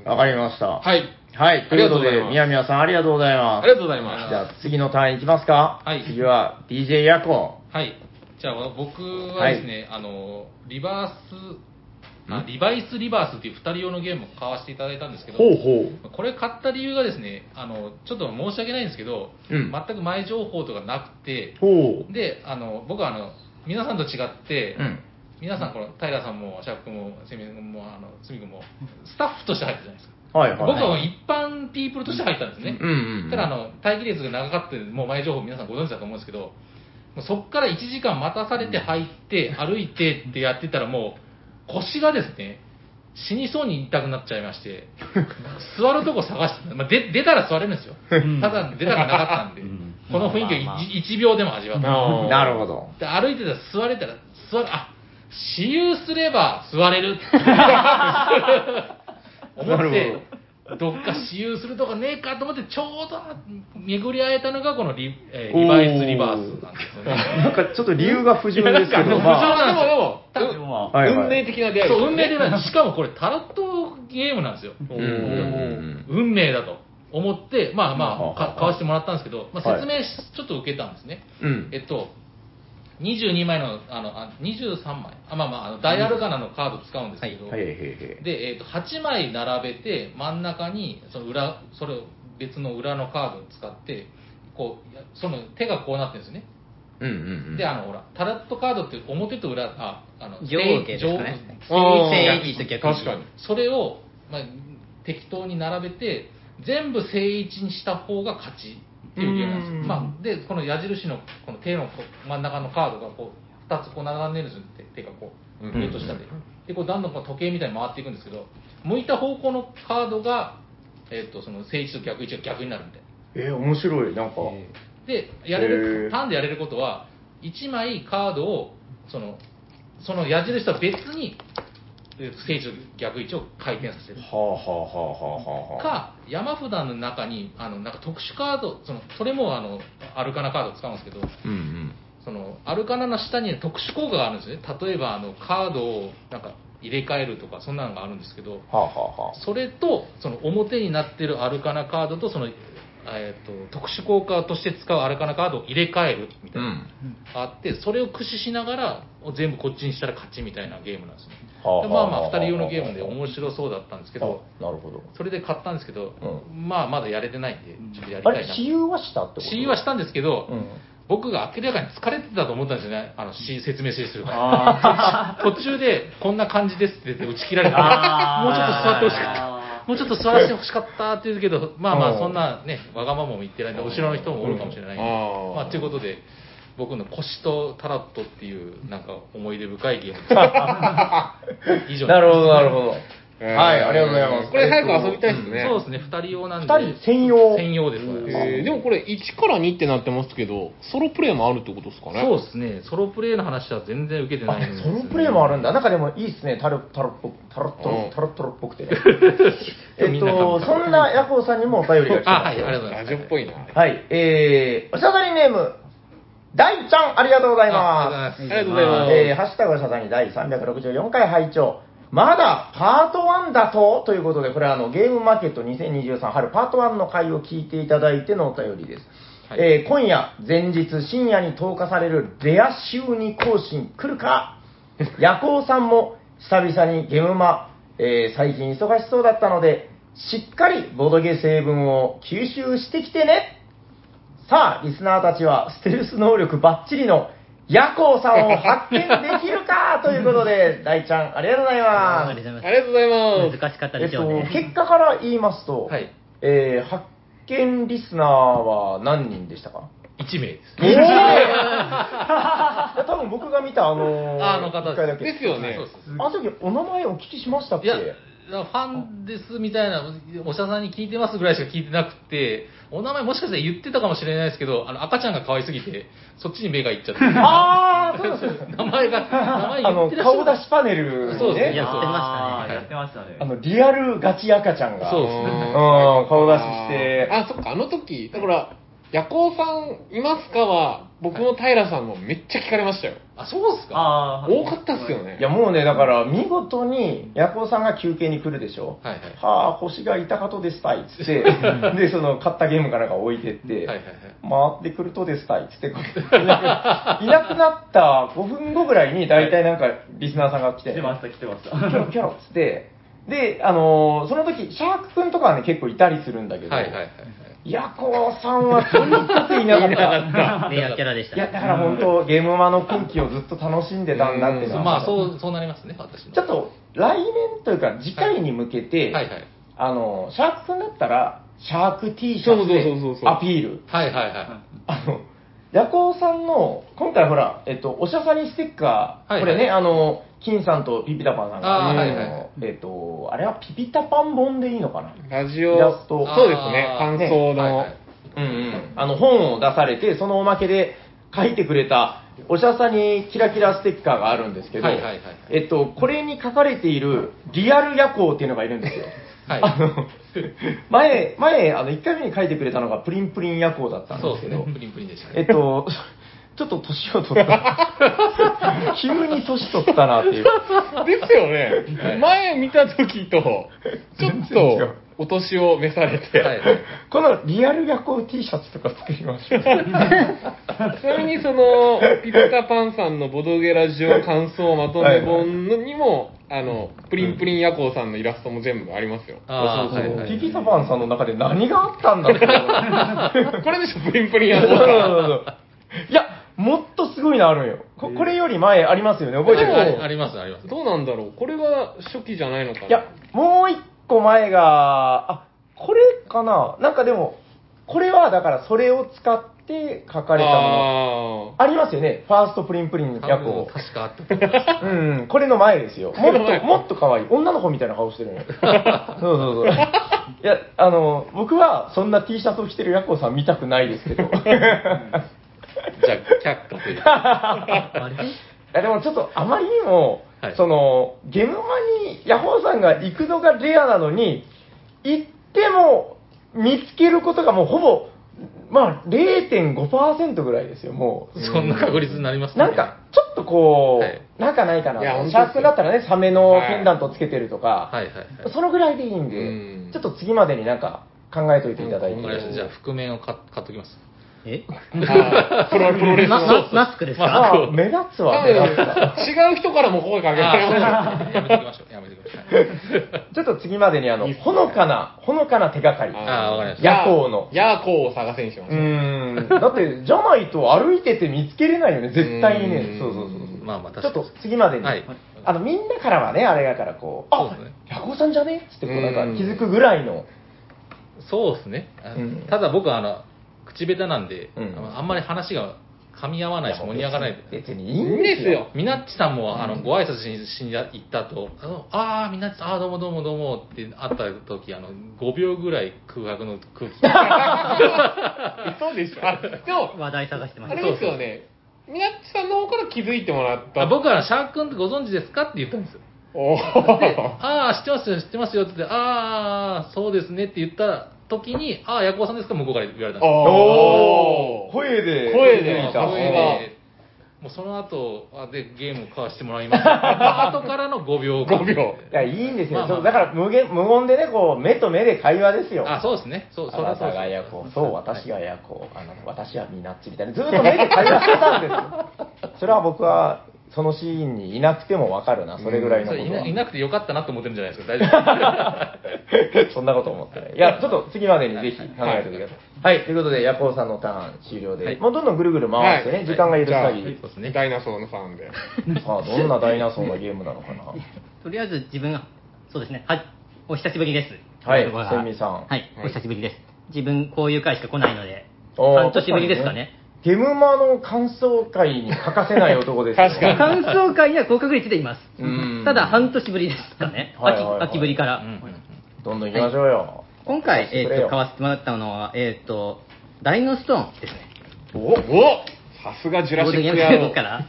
Speaker 2: わかりました。。
Speaker 5: はいい。
Speaker 2: はい、ということ
Speaker 5: ありがとうござい
Speaker 2: で、
Speaker 5: ます
Speaker 2: みやみやさんありがとうござい
Speaker 5: あ
Speaker 2: ま
Speaker 5: り
Speaker 2: す。
Speaker 5: がとうございます。
Speaker 2: じゃあ次の単位いきますか。
Speaker 1: はい
Speaker 2: 次は DJ ヤコ
Speaker 1: す。はい。じゃあ、僕はですね、あの、リバース、あリバイスリバースっていう2人用のゲームを買わせていただいたんですけ
Speaker 2: ン。
Speaker 1: ど、
Speaker 2: ほうほう。
Speaker 1: これ買った理由がですね、あの、ちょっと申し訳ないんですけど、
Speaker 2: うん
Speaker 1: 全く前情報とかなくて、
Speaker 2: ほう。
Speaker 1: で、あの、僕はあの、皆さんと違って、
Speaker 2: うん。
Speaker 1: 皆さん、この平さんも、シャーク君も、セミ君も、 あの、スミ君も、スタッフとして入ったじゃないですか。
Speaker 2: はいはい。
Speaker 1: 僕はもう一般ピープルとして入ったんですね。
Speaker 2: うんうんうん
Speaker 1: ただ、あの、待機列が長かったんでもう前情報皆さんご存知だと思うんですけど、もうそっから1時間待たされて入って、歩いてってやってたらもう、腰がですね、死にそうに痛くなっちゃいまして、 座るとこ探して、まあ、で出たら座れるんですよ。
Speaker 4: うん
Speaker 1: ただ出たらなか ったんで
Speaker 4: うん、
Speaker 1: この雰囲気を
Speaker 3: まあまあまあ
Speaker 1: 1秒でも味わった。
Speaker 5: あー
Speaker 2: なるほど。
Speaker 1: で歩いてたら座れたら座るあ私有すれば座れる 思
Speaker 2: な
Speaker 1: って
Speaker 2: る
Speaker 1: どっか私有するとかねえかと思ってちょうど巡り会えたのがこのリ,、えーリバイスリバースなんですよね
Speaker 2: なんかちょっと理由が不純ですけ
Speaker 1: いや
Speaker 2: ど、
Speaker 1: なんか不純
Speaker 2: まあ。
Speaker 1: な
Speaker 5: でも
Speaker 4: 多分まあ
Speaker 2: はいはい
Speaker 5: 運命的な出会い
Speaker 1: そう運命でないしかもこれタロットゲームなんですよ
Speaker 2: うんうんうん
Speaker 1: 運命だと思ってまあま
Speaker 2: うん
Speaker 1: あか買わせてもらったんですけど、まあ、
Speaker 2: はい
Speaker 1: 説明しちょっと受けたんですね、
Speaker 2: うん
Speaker 1: えっと、22枚の、あの、あ23枚、あまあまああの、ダイアルガナのカード使うんですけど、
Speaker 2: はいはいはいはい。
Speaker 1: で、えっと、8枚並べて、真ん中に、その裏、それを別の裏のカードを使って、こう、やその手がこうなってるんですね。
Speaker 2: うんうんうん。
Speaker 1: で、あの、ほら、タラットカードって表と裏、あ、あの、
Speaker 3: 上下ですかね。
Speaker 5: 上下
Speaker 3: 正義と逆位置
Speaker 5: 確かに
Speaker 1: それを、まあ、適当に並べて、全部正位置にした方が勝ちっていうゲームなんですよ。まあ、で、この矢印のこの手のこう真ん中のカードがこう、2つこう並んでるんですよ、手手がこ
Speaker 5: うん
Speaker 1: う、上と下で。で、こう、だんだんこう時計みたいに回っていくんですけど、向いた方向のカードが、えっと、その正位置と逆位置が逆になるみたいな。
Speaker 2: えー、面白い。なんか、
Speaker 1: でやれ
Speaker 2: へ
Speaker 1: る
Speaker 2: ー
Speaker 1: ターンでやれることは1枚カードをそのその矢印とは別にえー正位置と逆位置を回転させる
Speaker 2: はあはあはあはあはあはあ。
Speaker 1: か山札の中にあのなんか特殊カードそのそれもあのアルカナカードを使うんですけど
Speaker 2: うんうん。
Speaker 1: そのアルカナの下に特殊効果があるんですね例えばあのカードをなんか入れ替えるとかそんなのがあるんですけど
Speaker 2: はあはあはあ。
Speaker 1: それとその表になってるアルカナカードとその、えー、と特殊効果として使うアルカナカードを入れ替えるみた
Speaker 2: う
Speaker 1: いな、
Speaker 2: ん。
Speaker 1: あってそれを駆使しながら全部こっちにしたら勝ちみたいなゲームなんですね
Speaker 2: はあは
Speaker 1: で
Speaker 2: あ
Speaker 1: まあまあ2人用のゲームで面白そうだったんですけど
Speaker 2: あなるほど。
Speaker 1: それで買ったんですけど、まあまだやれてないんでちょっとやり
Speaker 2: あ
Speaker 1: たい
Speaker 2: れ、
Speaker 1: な
Speaker 2: 私有はしたってこと
Speaker 1: 私有はしたんですけど、
Speaker 2: うん
Speaker 1: 僕が明らかに疲れてたと思ったんですよねあのし説明してるから
Speaker 4: あ
Speaker 1: 途中でこんな感じですって打ち切られた
Speaker 4: あー
Speaker 1: もうちょっと座ってほしかったもうちょっと座らせてほしかったって言うけどまあま
Speaker 2: うん
Speaker 1: あそんなねわがままも言ってないんで後ろの人もおるかもしれないんで、
Speaker 5: うん
Speaker 1: まあということで僕の腰とタラットっていうなんか思い出深いゲー ムでした以上
Speaker 2: なるほど、なるほど。
Speaker 5: えー
Speaker 2: はい、ありがとうございます。
Speaker 5: これ早く遊びたいですね。
Speaker 1: そうですね2人用なんで
Speaker 2: 二人専用
Speaker 1: 専用です、
Speaker 5: え
Speaker 1: ね
Speaker 5: ーでもこれ1から2ってなってますけど、ソロプレイもあるってことですかね。
Speaker 1: そうですねソロプレイの話は全然受けてないんです
Speaker 2: あ、ソロプレイもあるん
Speaker 1: だ
Speaker 2: だ。なんかでもいいっすね、タルタロットタロッ
Speaker 5: う
Speaker 2: ト
Speaker 5: ん
Speaker 2: タロットロっぽ くてね。
Speaker 1: 今日
Speaker 2: え
Speaker 1: み
Speaker 2: っ
Speaker 1: んな多
Speaker 2: と、
Speaker 1: 分
Speaker 2: そんなヤコウさんにもお便りが来て
Speaker 1: あ
Speaker 2: ま
Speaker 1: はいあ
Speaker 2: す
Speaker 1: り
Speaker 2: よ
Speaker 1: がとうござい
Speaker 5: ラ
Speaker 1: ます
Speaker 5: ジオっぽいな。
Speaker 2: はい、えー、おしゃべりネーム、大ちゃん、ありがとうございま
Speaker 1: あ
Speaker 2: す。
Speaker 1: あり
Speaker 5: がとうございます
Speaker 2: えー、ハッシュタグおしゃさに第364回拝聴。まだパート1だとということで、これはあのゲームマーケット2023春パート1の回を聞いていただいてのお便りです。
Speaker 1: はい
Speaker 2: えー今夜、前日、深夜に投下されるレア週に更新来る か夜行さんも久々にゲームマ、えー最近忙しそうだったので、しっかりボドゲ成分を吸収してきてねさあ、リスナーたちはステルス能力バッチリのヤコウさんを発見できるかということ で、大ちゃん、ありがとうござい
Speaker 3: あ
Speaker 2: ます
Speaker 3: り。がとう
Speaker 5: あ
Speaker 3: ござい
Speaker 5: りがとうござい
Speaker 3: ま。
Speaker 5: ますす。
Speaker 3: 難しかった
Speaker 2: え
Speaker 3: で
Speaker 2: っ
Speaker 3: しょう
Speaker 2: と
Speaker 3: ね。、
Speaker 2: 結果から言いますと、
Speaker 1: はい
Speaker 2: えー発見リスナーは何人でしたか
Speaker 1: 1名です
Speaker 2: おお 多分僕が見たあのー、
Speaker 1: あの方
Speaker 2: 一回だけ
Speaker 5: ですよね
Speaker 1: そうです
Speaker 2: あの時お名前お聞きしましたっ
Speaker 1: い
Speaker 2: け
Speaker 1: や、ファンですみたいな、お医者さんに聞いてますぐらいしか聞いてなくて、お名前もしかしたら言ってたかもしれないですけど、あの赤ちゃんが可愛すぎて、そっちに目がいっちゃって、
Speaker 2: ああそうですよ
Speaker 1: 名前が、名前
Speaker 2: あ
Speaker 1: 言
Speaker 2: の
Speaker 1: ってらっしゃる
Speaker 2: 顔出しパネル
Speaker 1: そう
Speaker 2: に
Speaker 1: です
Speaker 2: ね
Speaker 1: ね
Speaker 3: やってましたね
Speaker 4: やってましたね。
Speaker 2: あのリアルガチ赤ちゃんが
Speaker 1: そうです
Speaker 2: う
Speaker 1: ね
Speaker 2: ん顔出しして
Speaker 5: あー、あそっか、あの時、だから、夜行さんいますかは、僕も平さんもめっちゃ聞かれましたよ。
Speaker 1: あ、そうっすか
Speaker 4: あー
Speaker 5: 多かったっすよね。
Speaker 2: いやもうねだから見事にヤコウさんが休憩に来るでしょ
Speaker 1: はいはい
Speaker 2: はあ星が痛かとですたいっつってでその買ったゲームかなんか置いてって、
Speaker 1: はいはいはい
Speaker 2: 回ってくるとですたいっつって、こう いなくいなくなった5分後ぐらいに、大体なんか、リスナーさんが来て、
Speaker 4: 来てました、来てました。
Speaker 2: キ ョロキョロっつって、で、あのーその時、シャークくんとかはね、結構いたりするんだけど、
Speaker 1: はいはいはいはい。
Speaker 2: ヤコウさんはとにかくいなかった。い
Speaker 3: レアキャラでした
Speaker 2: や、だ
Speaker 3: ね。
Speaker 2: から本当、ゲームマの空気をずっと楽しんでたんだっていうのは
Speaker 1: まあ、そう、そうなりますね、私の。
Speaker 2: ちょっと、来年というか、次回に向けて、
Speaker 1: はいはい。
Speaker 2: あのーシャークくんだったら、シャーク T シャツで
Speaker 5: そうそうそうそうそう
Speaker 2: アピール。
Speaker 1: はいはいは
Speaker 2: あの、ヤコウさんの、今回ほら、えっと、おしゃさにステッカー、
Speaker 1: はい
Speaker 2: これね、あの、金さんとピピタパンさんが、
Speaker 1: あー
Speaker 2: の
Speaker 1: はいはいはい
Speaker 2: えっと、あれはピピタパン本でいいのかな
Speaker 5: ラジ
Speaker 2: イ
Speaker 5: オ、
Speaker 2: ラスト
Speaker 5: そうですね、
Speaker 1: あ
Speaker 5: 感
Speaker 1: ー
Speaker 5: 想
Speaker 1: はい
Speaker 5: の
Speaker 1: はい。
Speaker 2: うんうん。あの、本を出されて、そのおまけで書いてくれた、おしゃさにキラキラステッカーがあるんですけど、
Speaker 1: はいはいはいはい
Speaker 2: えっと、これに書かれている、リアルヤコウっていうのがいるんですよ。
Speaker 1: はい
Speaker 2: あの、前、前、あの、1回目に書いてくれたのが、プリンプリンヤコウだったん
Speaker 1: そう
Speaker 2: で
Speaker 1: です
Speaker 2: け
Speaker 1: す
Speaker 2: ど、
Speaker 1: ね、プリンプリンでした
Speaker 2: え
Speaker 1: ね。
Speaker 2: っと、ちょっと年を取った。急に年取ったなっていう。
Speaker 5: ですよね。前見た時と、ちょっと、お年を召されて。
Speaker 1: はいはい
Speaker 2: このリアル夜行 T シャツとか作りま しょう。
Speaker 5: ちなみにその、ピピタパンさんのボドゲラジオ感想まとめ本にも、あの、プリンプリン夜行さんのイラストも全部ありますよ。
Speaker 1: ああ、はいはい。
Speaker 2: ピキサパンさんの中で何があったんだろう
Speaker 5: これでしょ、プリンプリン
Speaker 2: そう
Speaker 5: 夜
Speaker 2: そう
Speaker 5: 行さん。
Speaker 2: そういや、もっとすごいのあるんよ。ここれより前ありますよね、覚えてる
Speaker 1: ありあります、あります。
Speaker 5: どうなんだろうこれは初期じゃないのかない
Speaker 2: や、もう一個前が、あ、これかななんかでも、これはだからそれを使って書かれたもの。
Speaker 5: あ
Speaker 2: ありますよね。ファーストプリンプリンの役を。
Speaker 1: 確かあったと思います。
Speaker 2: うん、これの前ですよ。もっと、もっと可愛い。女の子みたいな顔してる のよ。そうそうそう。いや、あの、僕はそんな T シャツを着てるヤコさん見たくないですけど。い
Speaker 1: じゃあ、却下という。は
Speaker 3: あれ
Speaker 2: や、でもちょっとあまりにも、
Speaker 1: はい
Speaker 2: その、ゲムマにヤホーさんが行くのがレアなのに、行っても見つけることがもうほぼ、まあ0.5%ぐらいですよ、もう。
Speaker 1: そんな確率になりますね。
Speaker 2: なんか、ちょっとこう、
Speaker 1: はい
Speaker 2: なんかないかな。
Speaker 5: いや本当です
Speaker 2: シ
Speaker 5: よ
Speaker 2: ャーク君だったらね、サメのペンダントつけてると
Speaker 1: は
Speaker 2: か、
Speaker 1: いはいはい。
Speaker 2: そのぐらいでいいんで、
Speaker 5: うん
Speaker 2: ちょっと次までになんか考えといていただいて。
Speaker 5: うん
Speaker 1: わかりましたじゃあ、覆面を買買っときます。
Speaker 3: え
Speaker 5: あー。プロプロレス
Speaker 3: マ
Speaker 5: の。
Speaker 3: ママスクです
Speaker 2: ま
Speaker 3: か
Speaker 2: あ、目立つ
Speaker 5: 多
Speaker 2: わ、目
Speaker 5: 分
Speaker 2: 立つわ。
Speaker 5: 違う人からも声かけられま
Speaker 1: あーそうですねやめときましょう。やめときましょう。
Speaker 2: ちょっと次までにあの、ほのかな、ほのかな手がかり。
Speaker 5: あ
Speaker 1: ああ、わかりまし
Speaker 5: す。
Speaker 1: た。
Speaker 2: 夜行の
Speaker 5: ヤーコーを探せにしま
Speaker 2: う
Speaker 5: しょう。
Speaker 2: ーん。だって、じゃないと歩いてて見つけれないよね、絶対に
Speaker 5: う
Speaker 2: ね。
Speaker 5: ん
Speaker 2: そうそうそうそう。
Speaker 1: まあまあ、
Speaker 2: ちょっ
Speaker 1: 確か
Speaker 2: と
Speaker 1: に。
Speaker 2: 次までに、
Speaker 1: はい
Speaker 2: あのみんなからはね、あれだからこう、
Speaker 1: そ
Speaker 2: あ
Speaker 1: うですね
Speaker 2: ヤコさんじゃねっつってこうなんか
Speaker 5: うん
Speaker 2: 気づくぐらいの、
Speaker 1: そうですね。あ
Speaker 2: うん
Speaker 1: ただ僕は、あの、口下手なんで、
Speaker 2: うん
Speaker 1: あんまり話が噛み合わないし、盛り上がらない。
Speaker 2: 別にいい
Speaker 5: いい
Speaker 2: ん
Speaker 5: ん
Speaker 2: で
Speaker 5: ですす
Speaker 2: よ
Speaker 5: よ。
Speaker 1: みなっちさんも、あの、ご挨拶しにしに行った後、あの、あー、みなっちさん、あー、どうもどうもどうもって会った時、あの、5秒ぐらい空白の 空気。
Speaker 5: そうでしょ。あ、でも、
Speaker 3: 話題探してま
Speaker 5: あ
Speaker 3: す
Speaker 5: れですよね。みなっちさんの方から気づいてもらった。
Speaker 1: あ僕はあの、シャーク君ってご存知ですかって言ったんですよ。
Speaker 5: おー
Speaker 1: ああ、知ってますよ、知ってますよって言って、ああ、そうですねって言った時に、ああ、ヤコウさんですか向こうから言われたんですよ
Speaker 5: おー
Speaker 2: 声で、
Speaker 5: 声で
Speaker 2: 気づいた
Speaker 5: ー
Speaker 1: それ
Speaker 5: 声が
Speaker 1: でもうその後あでゲームを交わしてもらいました。 後からの5秒間
Speaker 5: 5秒
Speaker 2: いや、いいんですよ。
Speaker 1: まあまあ
Speaker 2: そうだから無限、無言でね、こう、目と目で会話ですよ。
Speaker 1: あ、そうですね。そう、そ
Speaker 2: あ
Speaker 1: れ
Speaker 2: な
Speaker 1: はそう
Speaker 2: た
Speaker 1: です
Speaker 2: がヤコ、そう、私がヤコ、あの、私はミナッチみたいな、ずっと目で会話してたんですよ。それは僕は、そのシーンにいなくてもわかるな、それぐらいの
Speaker 1: そ
Speaker 2: こ
Speaker 1: れい
Speaker 2: と
Speaker 1: な
Speaker 2: は。
Speaker 1: いなくてよかったなと思ってるんじゃないですか。大丈
Speaker 2: そんなこと思ってない。いや、ちょっと次までにぜひ考えておいてください。はい、ということで、ヤコウさんのターン終了で、
Speaker 1: はい
Speaker 2: もうどんどんぐるぐる回してね、
Speaker 5: はい
Speaker 2: 時間が許す限
Speaker 1: 夫
Speaker 2: り。
Speaker 1: そうですね。
Speaker 5: ダイナソーのさんで。
Speaker 2: さあ、どんなダイナソーなゲームなのかな。
Speaker 3: とりあえず自分が、そうですね、はい、お久しぶりです。
Speaker 2: はい
Speaker 3: ところが
Speaker 2: 千美さん
Speaker 3: はい、お久しぶりです。自分、こういう回しか来ないので、
Speaker 2: おー
Speaker 3: 半年ぶりですかね。。
Speaker 2: 確にゲムマの感想会に欠かせない男です
Speaker 5: 確かに
Speaker 3: 感想会には高確率でいます
Speaker 2: うん。
Speaker 3: ただ、半年ぶりですかね。
Speaker 2: はいはいはい
Speaker 3: 秋秋ぶりから。
Speaker 1: うんうんうん
Speaker 2: どんどん行きましょうよ。
Speaker 3: 今回、
Speaker 2: して
Speaker 3: えっ
Speaker 2: く
Speaker 3: と、
Speaker 2: れよ
Speaker 3: 買わせてもらったのは、えっと、ダイノストーンですね。
Speaker 5: おおさすがジュラシック
Speaker 3: ボ
Speaker 5: や
Speaker 3: ードゲーム
Speaker 5: ろ
Speaker 3: のから。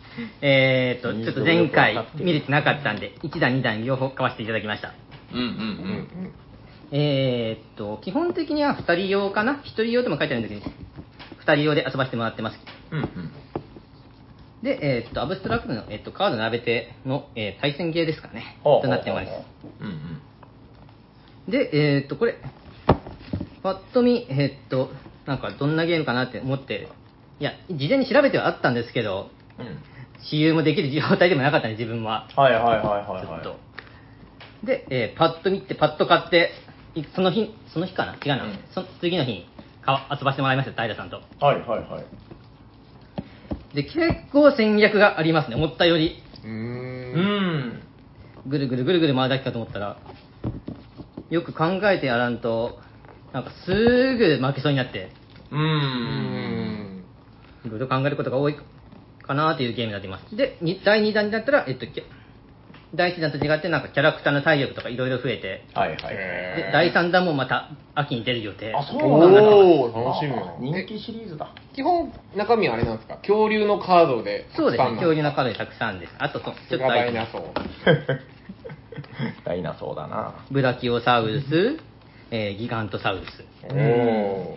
Speaker 3: えっと、ちょっと前回見れてなかったんで、1弾、2弾、両方買わせていただきました。
Speaker 1: うんうん
Speaker 5: うんうん
Speaker 3: えーっと、基本的には2人用かな ?1 人用とも書いてあるんですけど、2人用で遊ばせてもらってます。
Speaker 1: うん。うんうん。
Speaker 3: で、えーっと、アブストラクトの、えーっと、カード並べての、えー対戦ゲーですかね。
Speaker 2: ほう
Speaker 3: となってます。
Speaker 1: うんうん。
Speaker 3: で、えーっと、これ、ぱっと見、えーっと、なんかどんなゲームかなって思って、いや、事前に調べてはあったんですけど、私有もできる状態でもなかったね、自分は。
Speaker 2: はいはいはいは
Speaker 3: ちょっ
Speaker 2: い
Speaker 3: と
Speaker 2: は。
Speaker 3: で、えーパッと見て、パッと買って、いその日、その日かな違うな。
Speaker 2: うん
Speaker 3: そ次の日にか遊ばせてもらいました、平さんと。
Speaker 2: い。はいはいはい。
Speaker 3: で、結構戦略がありますね、思ったより。
Speaker 5: う
Speaker 2: う
Speaker 5: ーん。
Speaker 2: ん。
Speaker 3: ぐるぐるぐるぐる回るだけかと思ったら、よく考えてやらんと、なんかすぐ負けそうになって、
Speaker 2: う。
Speaker 5: うんん。
Speaker 3: いろいろ考えることが多いかなというゲームになっています。で、に第2弾になったら、えっと、き第1弾と違って、なんかキャラクターの体力とかいろいろ増えて、
Speaker 2: はいはい。
Speaker 5: へ
Speaker 3: で
Speaker 5: ー
Speaker 3: 第3弾もまた秋に出る予定。
Speaker 2: あ、そうなんだ。
Speaker 5: おー、楽しみ
Speaker 2: あ
Speaker 5: よ。
Speaker 2: 人気シリーズだ。
Speaker 5: え基本、中身はあれなんですか恐竜のカードで。
Speaker 3: そうですね、恐竜
Speaker 5: の。
Speaker 3: のカードにたくさんです。あと、そうちょっと
Speaker 5: ダ
Speaker 3: アイ
Speaker 5: イ
Speaker 3: テム
Speaker 5: ナソー。
Speaker 2: ダイナソーだな。
Speaker 3: ブラキオサウルス、えーギガントサウルス。
Speaker 5: おー。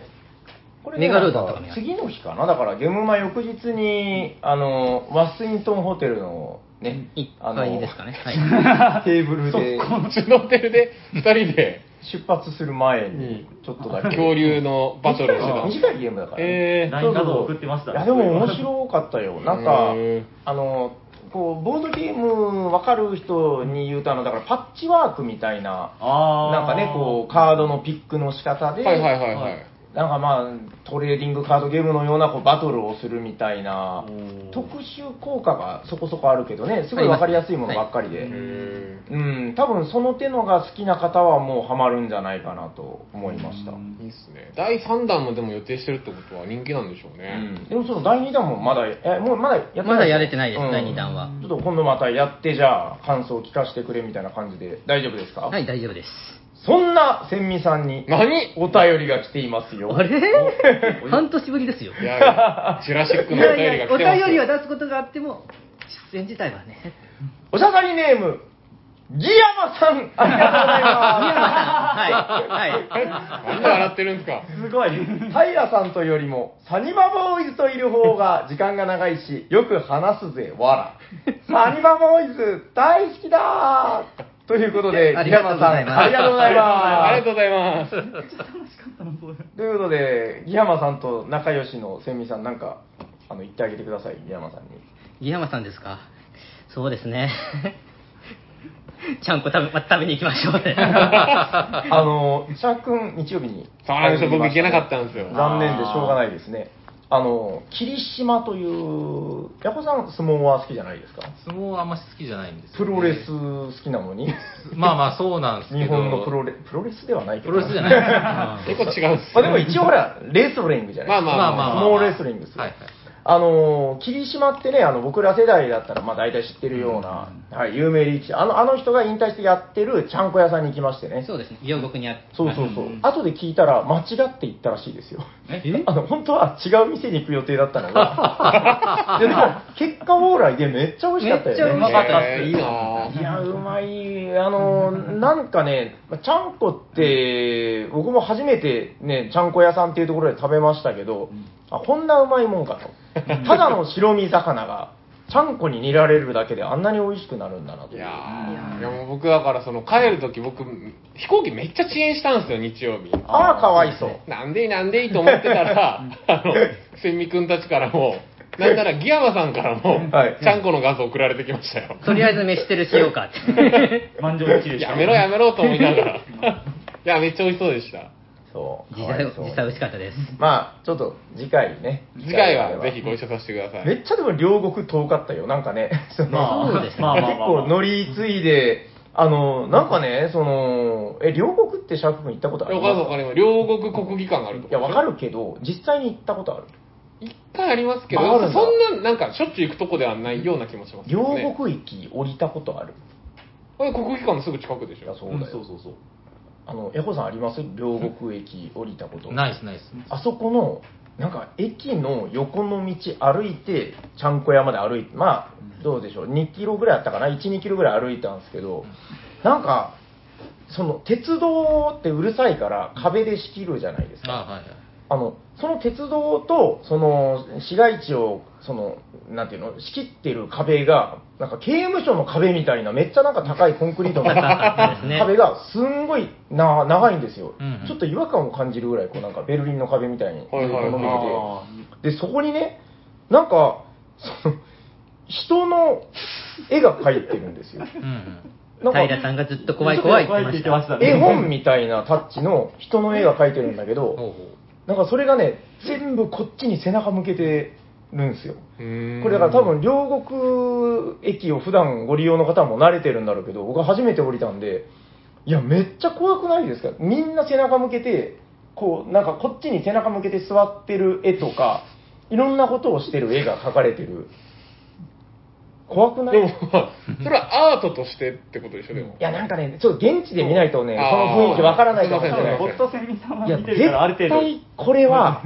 Speaker 2: こ
Speaker 3: メガロードンと
Speaker 2: な
Speaker 3: か
Speaker 2: ん
Speaker 3: もやる
Speaker 2: 次の日かな、だからゲームマ翌日に、あの、ワスイントンホテルのね、
Speaker 3: 一
Speaker 2: あの
Speaker 3: 回ですかね。はい。
Speaker 2: テーブルで
Speaker 5: このうちのホテルで、二人で
Speaker 2: 出発する前に、ちょっとだけ。
Speaker 5: 恐竜のバトルをしてたんです。
Speaker 2: 短いゲームだからね。
Speaker 5: えー
Speaker 4: ライン画像送ってました
Speaker 2: いや、でも面白かったよ。なんか
Speaker 5: へー、
Speaker 2: あの、こう、ボードゲームわかる人に言うと、あの、だからパッチワークみたいな、
Speaker 4: あ
Speaker 2: なんかね、こう、カードのピックの仕方で、
Speaker 5: はいはいはいはい。
Speaker 2: なんかまあ、トレーディングカードゲームのようなこうバトルをするみたいな
Speaker 4: おー、
Speaker 2: 特殊効果がそこそこあるけどね、すごいわかりやすいものばっかりで、
Speaker 5: うん
Speaker 2: うん、多分その手のが好きな方はもうハマるんじゃないかなと思いました。うん
Speaker 5: いいっすね。第3弾もでも予定してるってことは人気なんでしょうね。
Speaker 2: でもその第2弾もまだ、え、もうまだやってない
Speaker 3: まだやれてないです
Speaker 2: うん
Speaker 3: 第二弾は
Speaker 2: ちょっと今度またやって、じゃあ感想を聞かせてくれみたいな感じで大丈夫ですか
Speaker 3: はい、大丈夫 です。
Speaker 2: そんな千美さんに
Speaker 5: 何
Speaker 2: お便りが来ていますよ。
Speaker 3: あれ半年ぶりですよ。
Speaker 5: いや、ジュラシック
Speaker 3: い
Speaker 5: のお
Speaker 3: や
Speaker 5: 便りが
Speaker 3: いや、お
Speaker 5: 来てますよ。
Speaker 3: 便りは出すことがあっても、出演自体はね。
Speaker 2: おしゃさりネーム、ギヤマさん、ありが
Speaker 3: は い、は
Speaker 5: なんで笑ってるんですか
Speaker 4: すごい。
Speaker 2: とうございます。平さんとよりも、サニバボーイズといる方が時間が長いし、よく話すぜ、わら。サニバボーイズ、大好きだーということで、
Speaker 3: あ
Speaker 2: ギ
Speaker 3: り
Speaker 2: ヤ
Speaker 3: がとう
Speaker 2: マ
Speaker 3: ご
Speaker 2: さん、
Speaker 3: ざいます
Speaker 2: ありがとうござい
Speaker 5: ありが
Speaker 2: ま
Speaker 5: とうございます。
Speaker 2: す。ということで、ギヤマさんと仲良しのセミさん、なんか、あの、言ってあげてください、ギヤマさんに。
Speaker 3: い。ギヤマさんですかそうですね。 ちゃんこ食べ、ま食べに行きましょうね。
Speaker 2: あの、石原君、日曜日に。
Speaker 5: そうなんですよ僕行けなかったんですよ
Speaker 2: 残念でしょうがないですね。あの、霧島という、矢子さん、相撲は好きじゃないですか
Speaker 1: 相撲はあんまし好きじゃないんです
Speaker 2: プ
Speaker 1: よね
Speaker 2: ロレス好きなのに、
Speaker 1: まあまあそうなんですけど
Speaker 2: 日本のプロレプロレスではないけ
Speaker 1: プロ
Speaker 2: ど、
Speaker 1: レスじゃない
Speaker 5: 結構違うんで す
Speaker 2: まあ
Speaker 5: よ。
Speaker 2: でも一応ほら、レスリングじゃないですか。
Speaker 5: まあまあまあまあ
Speaker 2: 相撲レスリングですよ。
Speaker 1: はいはい
Speaker 2: あの、霧島ってね、あの、僕ら世代だったら、まあ大体知ってるような、はい、有名力士。あの、あの人が引退してやってるちゃんこ屋さんに行きましてね。
Speaker 3: そうですね、両国にある。
Speaker 2: そうそうそう。後で聞いたら、間違って行ったらしいですよ。
Speaker 4: え
Speaker 2: あの、本当は違う店に行く予定だったの が、ででも、結果往来でめっちゃ美味しかったよね。
Speaker 3: めっちゃ美味しかった
Speaker 5: えーいいなぁ
Speaker 2: いや、うまい。あの、なんかね、ちゃんこって、僕も初めてね、ちゃんこ屋さんっていうところで食べましたけど、あ、こんなうまいもんかと。ただの白身魚が、ちゃんこに煮られるだけであんなに美味しくなるんだなと。
Speaker 5: いやーいやもう僕だからその帰るとき僕飛行機めっちゃ遅延したんですよ日曜日
Speaker 2: ああ、かわいそう。
Speaker 5: なんでいいなんでいいと思ってた らあの千美くんたちからもなんならギヤマさんからも、
Speaker 2: はい
Speaker 5: ちゃんこの画像送られてきましたよ
Speaker 3: とりあえず飯テルしようか って。
Speaker 4: 満場一致でした。
Speaker 5: やめろやめろと思いながらいやめっちゃ美味しそうでした
Speaker 2: そう。
Speaker 3: 実
Speaker 2: かわ
Speaker 3: 際、
Speaker 2: い
Speaker 3: 実
Speaker 2: そう
Speaker 3: 際美味しかったです。
Speaker 2: まあ、ちょっと次回ね。
Speaker 5: 次回はぜひご一緒させてください
Speaker 2: めっちゃでも両国遠かったよ、なんかね。 その
Speaker 3: まあそうですね
Speaker 4: まあまあ
Speaker 2: 結
Speaker 4: まあ
Speaker 2: 構乗り継いで、あの、なんかね、その、え、両国ってシャーク君行ったことある
Speaker 5: わかるわかります両国国技館があると
Speaker 2: いや、わかるけど、実際に行ったことある。
Speaker 5: 一回ありますけど
Speaker 2: ああるんだ
Speaker 5: そんななんかしょっちゅう行くとこではないような気もしますけ
Speaker 2: 両
Speaker 5: どね
Speaker 2: 国駅降りたことある。
Speaker 5: これ国技館のすぐ近くでし
Speaker 2: いや、
Speaker 5: ょ
Speaker 2: そうだよ。そうそうそう。あの、エホさんあります両国駅降りたこと。
Speaker 1: ナイスナイス
Speaker 2: あそこの、なんか駅の横の道歩いて、ちゃんこ屋まで歩いて、まあ、どうでしょう、2キロぐらいあったかな、1、2キロぐらい歩いたんですけど、なんか、その鉄道ってうるさいから壁で仕切るじゃないです
Speaker 1: あ
Speaker 2: か。
Speaker 1: はいはい
Speaker 2: あの、その鉄道と、その、市街地を、その、なんていうの、仕切ってる壁が、なんか刑務所の壁みたいな、めっちゃなんか高いコンクリートの壁が、すんごいな長いんですよ、
Speaker 1: うんうん
Speaker 2: ちょっと違和感を感じるぐらい、こうなんかベルリンの壁みたいに、
Speaker 5: はいはいはい
Speaker 2: 伸びてて、で、そこにね、なんか、その、人の絵が描いてるんですよ。
Speaker 1: うんうん
Speaker 2: なんか
Speaker 3: 平さんがずっと怖い怖いって言ってました。
Speaker 4: ね
Speaker 2: 絵本みたいなタッチの人の絵が描いてるんだけど、
Speaker 1: ほうほ
Speaker 2: なんかそれがね、全部こっちに背中向けてるんですよ。
Speaker 5: うーん
Speaker 2: これだから多分両国駅を普段ご利用の方も慣れてるんだろうけど、僕は初めて降りたんで、いや、めっちゃ怖くないですかみんな背中向けて、こう、なんかこっちに背中向けて座ってる絵とか、いろんなことをしてる絵が描かれてる。怖くない
Speaker 5: でも、 それはアートとしてってことでしょ、でも
Speaker 2: い。や、なんかね、ちょっと現地で見ないとね、そ
Speaker 5: あー
Speaker 2: の雰囲気わからないかもしれ
Speaker 5: すいま
Speaker 2: な
Speaker 5: せ
Speaker 2: い
Speaker 5: ん。
Speaker 4: 僕とセミさんはい
Speaker 2: や、
Speaker 4: 見てるからある程
Speaker 2: 絶
Speaker 4: 度。
Speaker 2: 対これは、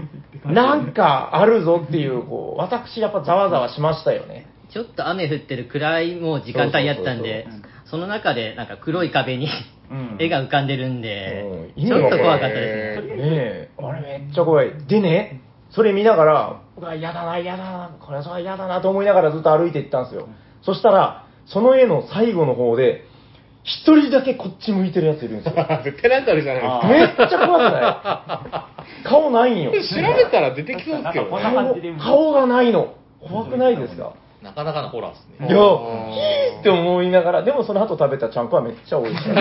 Speaker 2: なんかあるぞっていう、こう、私やっぱざわざわしましたよね。
Speaker 3: ちょっと雨降ってる暗いもう時間帯やったんで、その中でなんか黒い壁に
Speaker 2: うん
Speaker 3: 絵が浮かんでるんで
Speaker 2: うん、意味
Speaker 3: ち
Speaker 2: わ
Speaker 3: ょっ
Speaker 2: か
Speaker 3: と
Speaker 2: んない
Speaker 3: 怖かったですね。
Speaker 2: ねえ、あれめっちゃ怖い。でね、それ見ながら、僕は嫌だな、嫌だな、これは嫌だなと思いながらずっと歩いていったんですよ。そしたら、その絵の最後の方で、一人だけこっち向いてるやついるんですよ。 めっ
Speaker 5: 絶対なんかあるじゃない
Speaker 2: ちゃ怖くない顔 ないんよ。
Speaker 5: ですか。調べたら出てきそうですけど
Speaker 4: なんかこんな
Speaker 5: ね。
Speaker 4: 感じで
Speaker 2: 顔がないの。怖くないですか
Speaker 1: なかなかのホラーです
Speaker 2: い
Speaker 1: ね。
Speaker 2: や、いいって思いながら、でもその後食べたちゃんこはめっちゃ美味しい。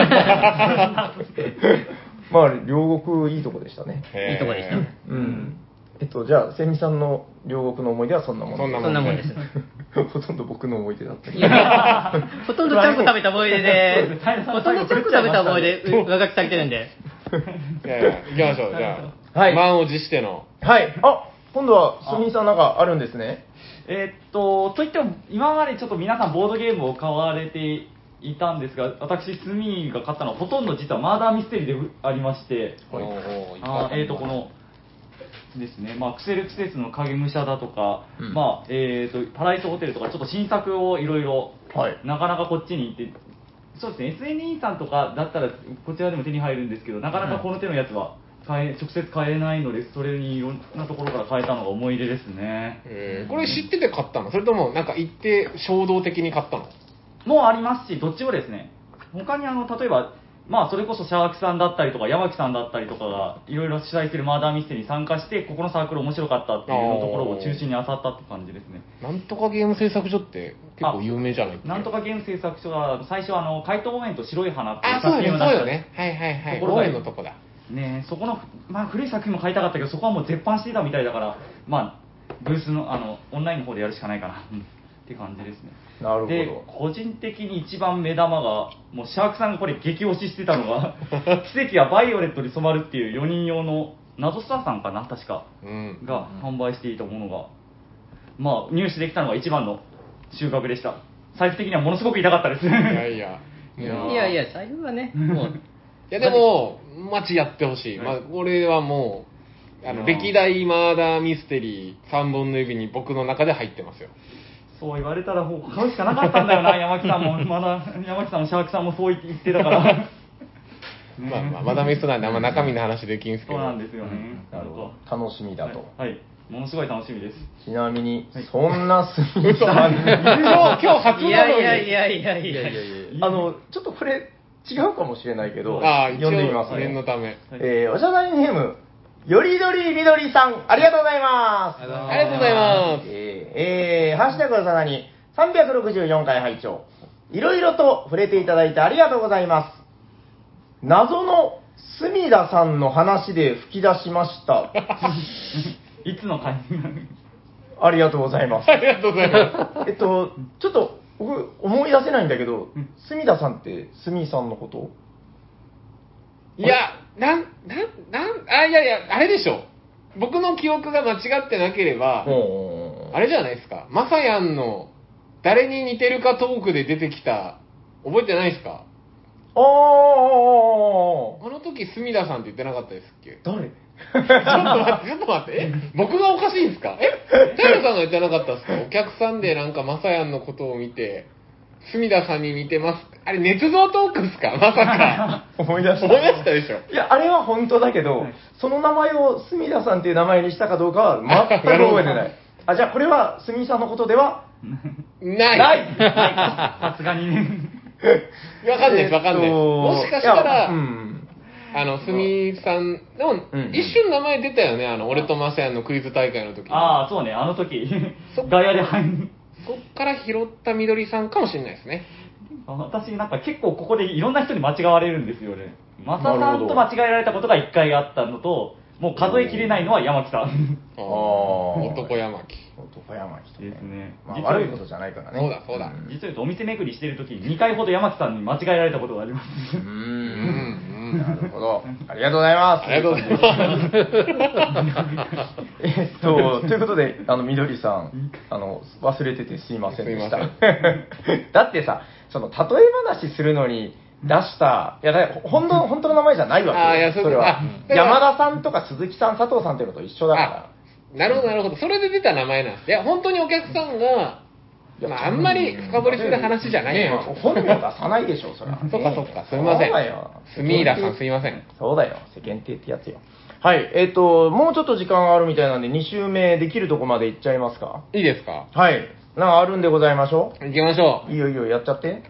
Speaker 2: まあ、両国いいとこでしたね。
Speaker 5: へー
Speaker 3: いいとこでした
Speaker 2: うん。えっと、じゃあ、セミさんの両国の思い出はそんなもん
Speaker 5: そんな
Speaker 3: そんなもんです。
Speaker 2: ほとんど僕の思い出だったけ
Speaker 3: い
Speaker 2: ど。
Speaker 3: やほとんどちゃんこ食べた思い 出で
Speaker 4: 最、後
Speaker 3: ほとんどちゃんこ食べた思い出、う上書きされてるんで。
Speaker 5: いやいや行きましょう、じゃあ。
Speaker 2: はい
Speaker 5: 満を持しての。
Speaker 2: はい。あ、今度は、セミさんなんかあるんですね。
Speaker 4: えーっと、といっても、今までちょっと皆さんボードゲームを買われていたんですが、私、スミーが買ったのはほとんど実はマーダーミステリーでうありまして、
Speaker 1: おー
Speaker 4: あーえーっと、この、ですね、まあ、クセルクセスの影武者だとか、
Speaker 2: うん
Speaker 4: まあ、えーっと、パライスホテルとか、ちょっと新作をいろいろ、
Speaker 2: はい
Speaker 4: なかなかこっちに行って、そうですね、SNE さんとかだったら、こちらでも手に入るんですけど、なかなかこの手のやつは、買え直接買えないので、それにいろんなところから買えたのが思い出ですね。
Speaker 5: えーこれ知ってて買ったのそれとも、なんか行って衝動的に買ったの
Speaker 4: もありますし、どっちもですね、他にあの例えば、まあ、それこそシャークさんだったりとか、山木さんだったりとかが、いろいろ主催してるマーダーミステリーに参加して、ここのサークル面白かったっていうのところを中心に漁ったって感じですね。
Speaker 5: なんとかゲーム製作所って結構有名じゃないっけ
Speaker 4: なんとかゲーム製作所は、最初、あの怪盗応援と白い花ってい
Speaker 5: あ
Speaker 4: う、
Speaker 5: そうだ
Speaker 4: 作
Speaker 5: ね、そ
Speaker 4: 品を
Speaker 5: う
Speaker 4: 出した
Speaker 5: よね。はいはいはい。
Speaker 4: ところが
Speaker 5: 公園のとこだ。
Speaker 4: ねえそこの、まあ、古い作品も買いたかったけど、そこはもう絶版してたみたいだから、まあ、ブースのあのオンラインの方でやるしかないかな、うんって感じですね。
Speaker 2: なるほど
Speaker 4: で、個人的に一番目玉が、もうシャークさんがこれ、激推ししてたのが、奇跡はバイオレットに染まるっていう4人用の、謎スターさんかな、確か、
Speaker 5: うん。
Speaker 4: が販売していたものが、まあ、入手できたのが一番の収穫でした。最終的にはものすごく痛かったです。
Speaker 5: いやい や。
Speaker 3: いやいや、財布はね、もう、
Speaker 5: いやでも、マジやってほしい。まあ、これはもう、あの、歴代マーダーミステリー3本の指に僕の中で入ってますよ。
Speaker 4: そう言われたらもう買うしかなかったんだ よな、山木さんも、まだ山木さんもシャークさんもそう言ってた から、
Speaker 5: まあまあ、マダミスなんであんま中身の話できんすけ
Speaker 4: そう
Speaker 5: ど。
Speaker 4: なんですよね、なるほど
Speaker 2: 楽しみだと。
Speaker 4: はい、ものすごい楽しみです。
Speaker 2: ちなみに
Speaker 4: はい、
Speaker 2: そんなスミさんに、
Speaker 5: 今日、今日初なのに。
Speaker 3: いやいやいやいやい
Speaker 2: い
Speaker 3: や
Speaker 2: や
Speaker 3: い
Speaker 2: い
Speaker 3: や
Speaker 2: やいや、あの、ちょっとこれ、違うかもしれないけど、
Speaker 5: ああ、一応
Speaker 2: 読んでみます
Speaker 5: 念の
Speaker 2: ね。
Speaker 5: ため。
Speaker 2: えー、おしゃだりネーム、よりどりみどりさん、ありがとうございます。
Speaker 5: ありがとうございます。
Speaker 2: えー、えー、ハッシュタグのさなに、364回拝聴いろいろと触れていただいてありがとうございます。謎の隅田さんの話で吹き出しました。
Speaker 4: いつの会
Speaker 2: ありがとうございます
Speaker 5: あ。りがとうございま
Speaker 2: えっと、ちょっと、僕、思い出せないんだけど、隅田さんって、隅さんのこと
Speaker 5: す。いや、なん、なん、なん、あ、いやいや、あれでしょ。僕の記憶が間違ってなければ、あれじゃないですか。まさやんの、誰に似てるかトークで出てきた、覚えてないですか
Speaker 2: あー
Speaker 5: あの時、隅田さんって言ってなかったですっけちょっ
Speaker 2: 誰
Speaker 5: と待って、ちょっと待って。え僕がおかしいんですかえチャルさんが言ってなかったですかお客さんでなんかまさやんのことを見て、隅田さんに似てます。あれ、捏造トークですかまさか。
Speaker 2: 思い出した。
Speaker 5: 思い出したでしょ。
Speaker 2: いや、あれは本当だけど、その名前を隅田さんっていう名前にしたかどうかは全く覚えてない。あ、じゃあこれは隅さんのことでは
Speaker 5: ない。
Speaker 4: さすがにね、
Speaker 5: わかんないです、わかんないで
Speaker 2: えーっ
Speaker 5: す。
Speaker 2: と
Speaker 5: もしかした
Speaker 2: いや
Speaker 5: ら、
Speaker 2: うん。
Speaker 5: あの、すみさん、でも、
Speaker 2: うん
Speaker 5: 一瞬名前出たよね、あの、俺とまさやんのクイズ大会の時
Speaker 4: ああ、そうね、あの時
Speaker 5: そっ
Speaker 4: ガヤで入る
Speaker 5: そっから拾ったみどりさんかもしれないですね。
Speaker 4: 私、なんか結構ここでいろんな人に間違われるんですよね、マサ
Speaker 2: な
Speaker 4: さ
Speaker 2: る
Speaker 4: ん
Speaker 2: ほ
Speaker 4: と
Speaker 2: ど
Speaker 4: 間違えられたことが1回あったのと、もう数えきれないのは山木さん
Speaker 5: あー
Speaker 2: ー
Speaker 5: 男山木。
Speaker 2: 男山人
Speaker 4: ですね。
Speaker 2: まあ
Speaker 4: 実は
Speaker 2: 悪いことじゃないからね。
Speaker 5: そうだそうだ
Speaker 2: ん
Speaker 4: 実を言うとお店巡りしてる時に2回ほど山木さんに間違えられたことがあります
Speaker 2: う。
Speaker 5: うん、
Speaker 2: なんるほど。ありがとうございます。
Speaker 5: ありがとうございます。
Speaker 2: えっと、ということで、あの、みどりさん、あの、忘れててすいませんでした
Speaker 5: すいま。
Speaker 2: だってさ、その、例え話するのに出した、いや、だから本当の、本当の名前じゃないわけよ
Speaker 5: あーいやそうい
Speaker 2: れ
Speaker 5: うこと
Speaker 2: は
Speaker 5: あ。だから
Speaker 2: 山田さんとか鈴木さん、佐藤さんっていうのと一緒だか
Speaker 5: あなるほど、なるほど。それで出た名前なんです。いや、本当にお客さんが、
Speaker 2: ら。
Speaker 5: まあ、あんまり深掘りする話じゃない
Speaker 2: ね
Speaker 5: よ。
Speaker 2: え本名出さないでしょ、それは。
Speaker 5: そっかそっか、すいませ
Speaker 2: そうだよ
Speaker 5: ん。すみださん、すいません。
Speaker 2: そうだよ、世間体ってやつよ。はい、えっと、もうちょっと時間があるみたいなんで、2周目できるとこまで行っちゃいますか
Speaker 5: いいですか
Speaker 2: はい。なんかあるんでございましょ
Speaker 5: 行きましょう。
Speaker 2: ういいよいいよ、やっちゃって。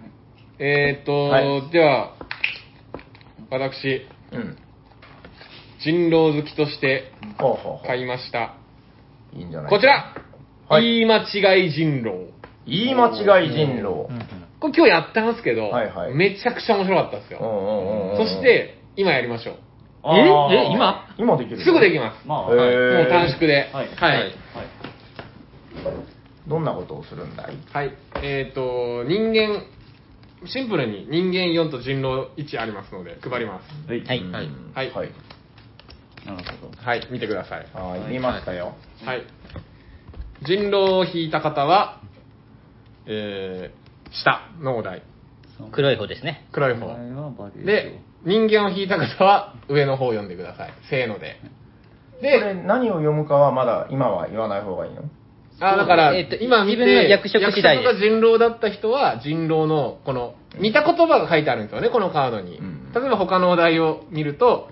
Speaker 5: えーっと、
Speaker 2: はい
Speaker 5: では、私、
Speaker 2: うん。
Speaker 5: 人狼好きとして
Speaker 2: ほうほうほ
Speaker 5: 買いました。
Speaker 2: う。いいんじゃない
Speaker 5: こちら、
Speaker 2: はい
Speaker 5: 言い間違い人狼。
Speaker 2: 言い間違い人狼。
Speaker 5: これ今日やったんですけど、
Speaker 2: はいはい
Speaker 5: めちゃくちゃ面白かったです
Speaker 2: う
Speaker 5: よ。
Speaker 2: んうんうんうん
Speaker 5: そし、て、今やりましょう。
Speaker 1: ええ今
Speaker 2: 今できる
Speaker 5: すぐできます。
Speaker 4: まあ、
Speaker 2: へー
Speaker 4: はい。
Speaker 5: もう短縮で。
Speaker 4: はい
Speaker 5: はい。
Speaker 4: はい
Speaker 2: どんなことをするんだい
Speaker 5: はいえっ、と、人間、シンプルに人間4と人狼1ありますので、配ります。
Speaker 4: はい。
Speaker 3: はい
Speaker 2: うん
Speaker 1: はい
Speaker 5: はい
Speaker 2: はい。
Speaker 4: なるほど。
Speaker 5: はい、見てください。
Speaker 2: あー言いましたよ。
Speaker 5: はい。人狼を引いた方は、えー、下のお題。
Speaker 3: 黒い方ですね。
Speaker 5: 黒い
Speaker 4: こ
Speaker 5: 方。
Speaker 4: れはバリエーション
Speaker 5: で、人間を引いた方は上の方を読んでください。せーので。
Speaker 2: これ何を読むかはまだ今は言わない方がいいの
Speaker 5: あだから、
Speaker 3: えーと
Speaker 5: 今見て、
Speaker 3: 自分の役職次第です
Speaker 5: 役職が人狼だった人は、人狼の、この、似た言葉が書いてあるんですよね、このカードに。
Speaker 2: うん
Speaker 5: 例えば他のお題を見ると、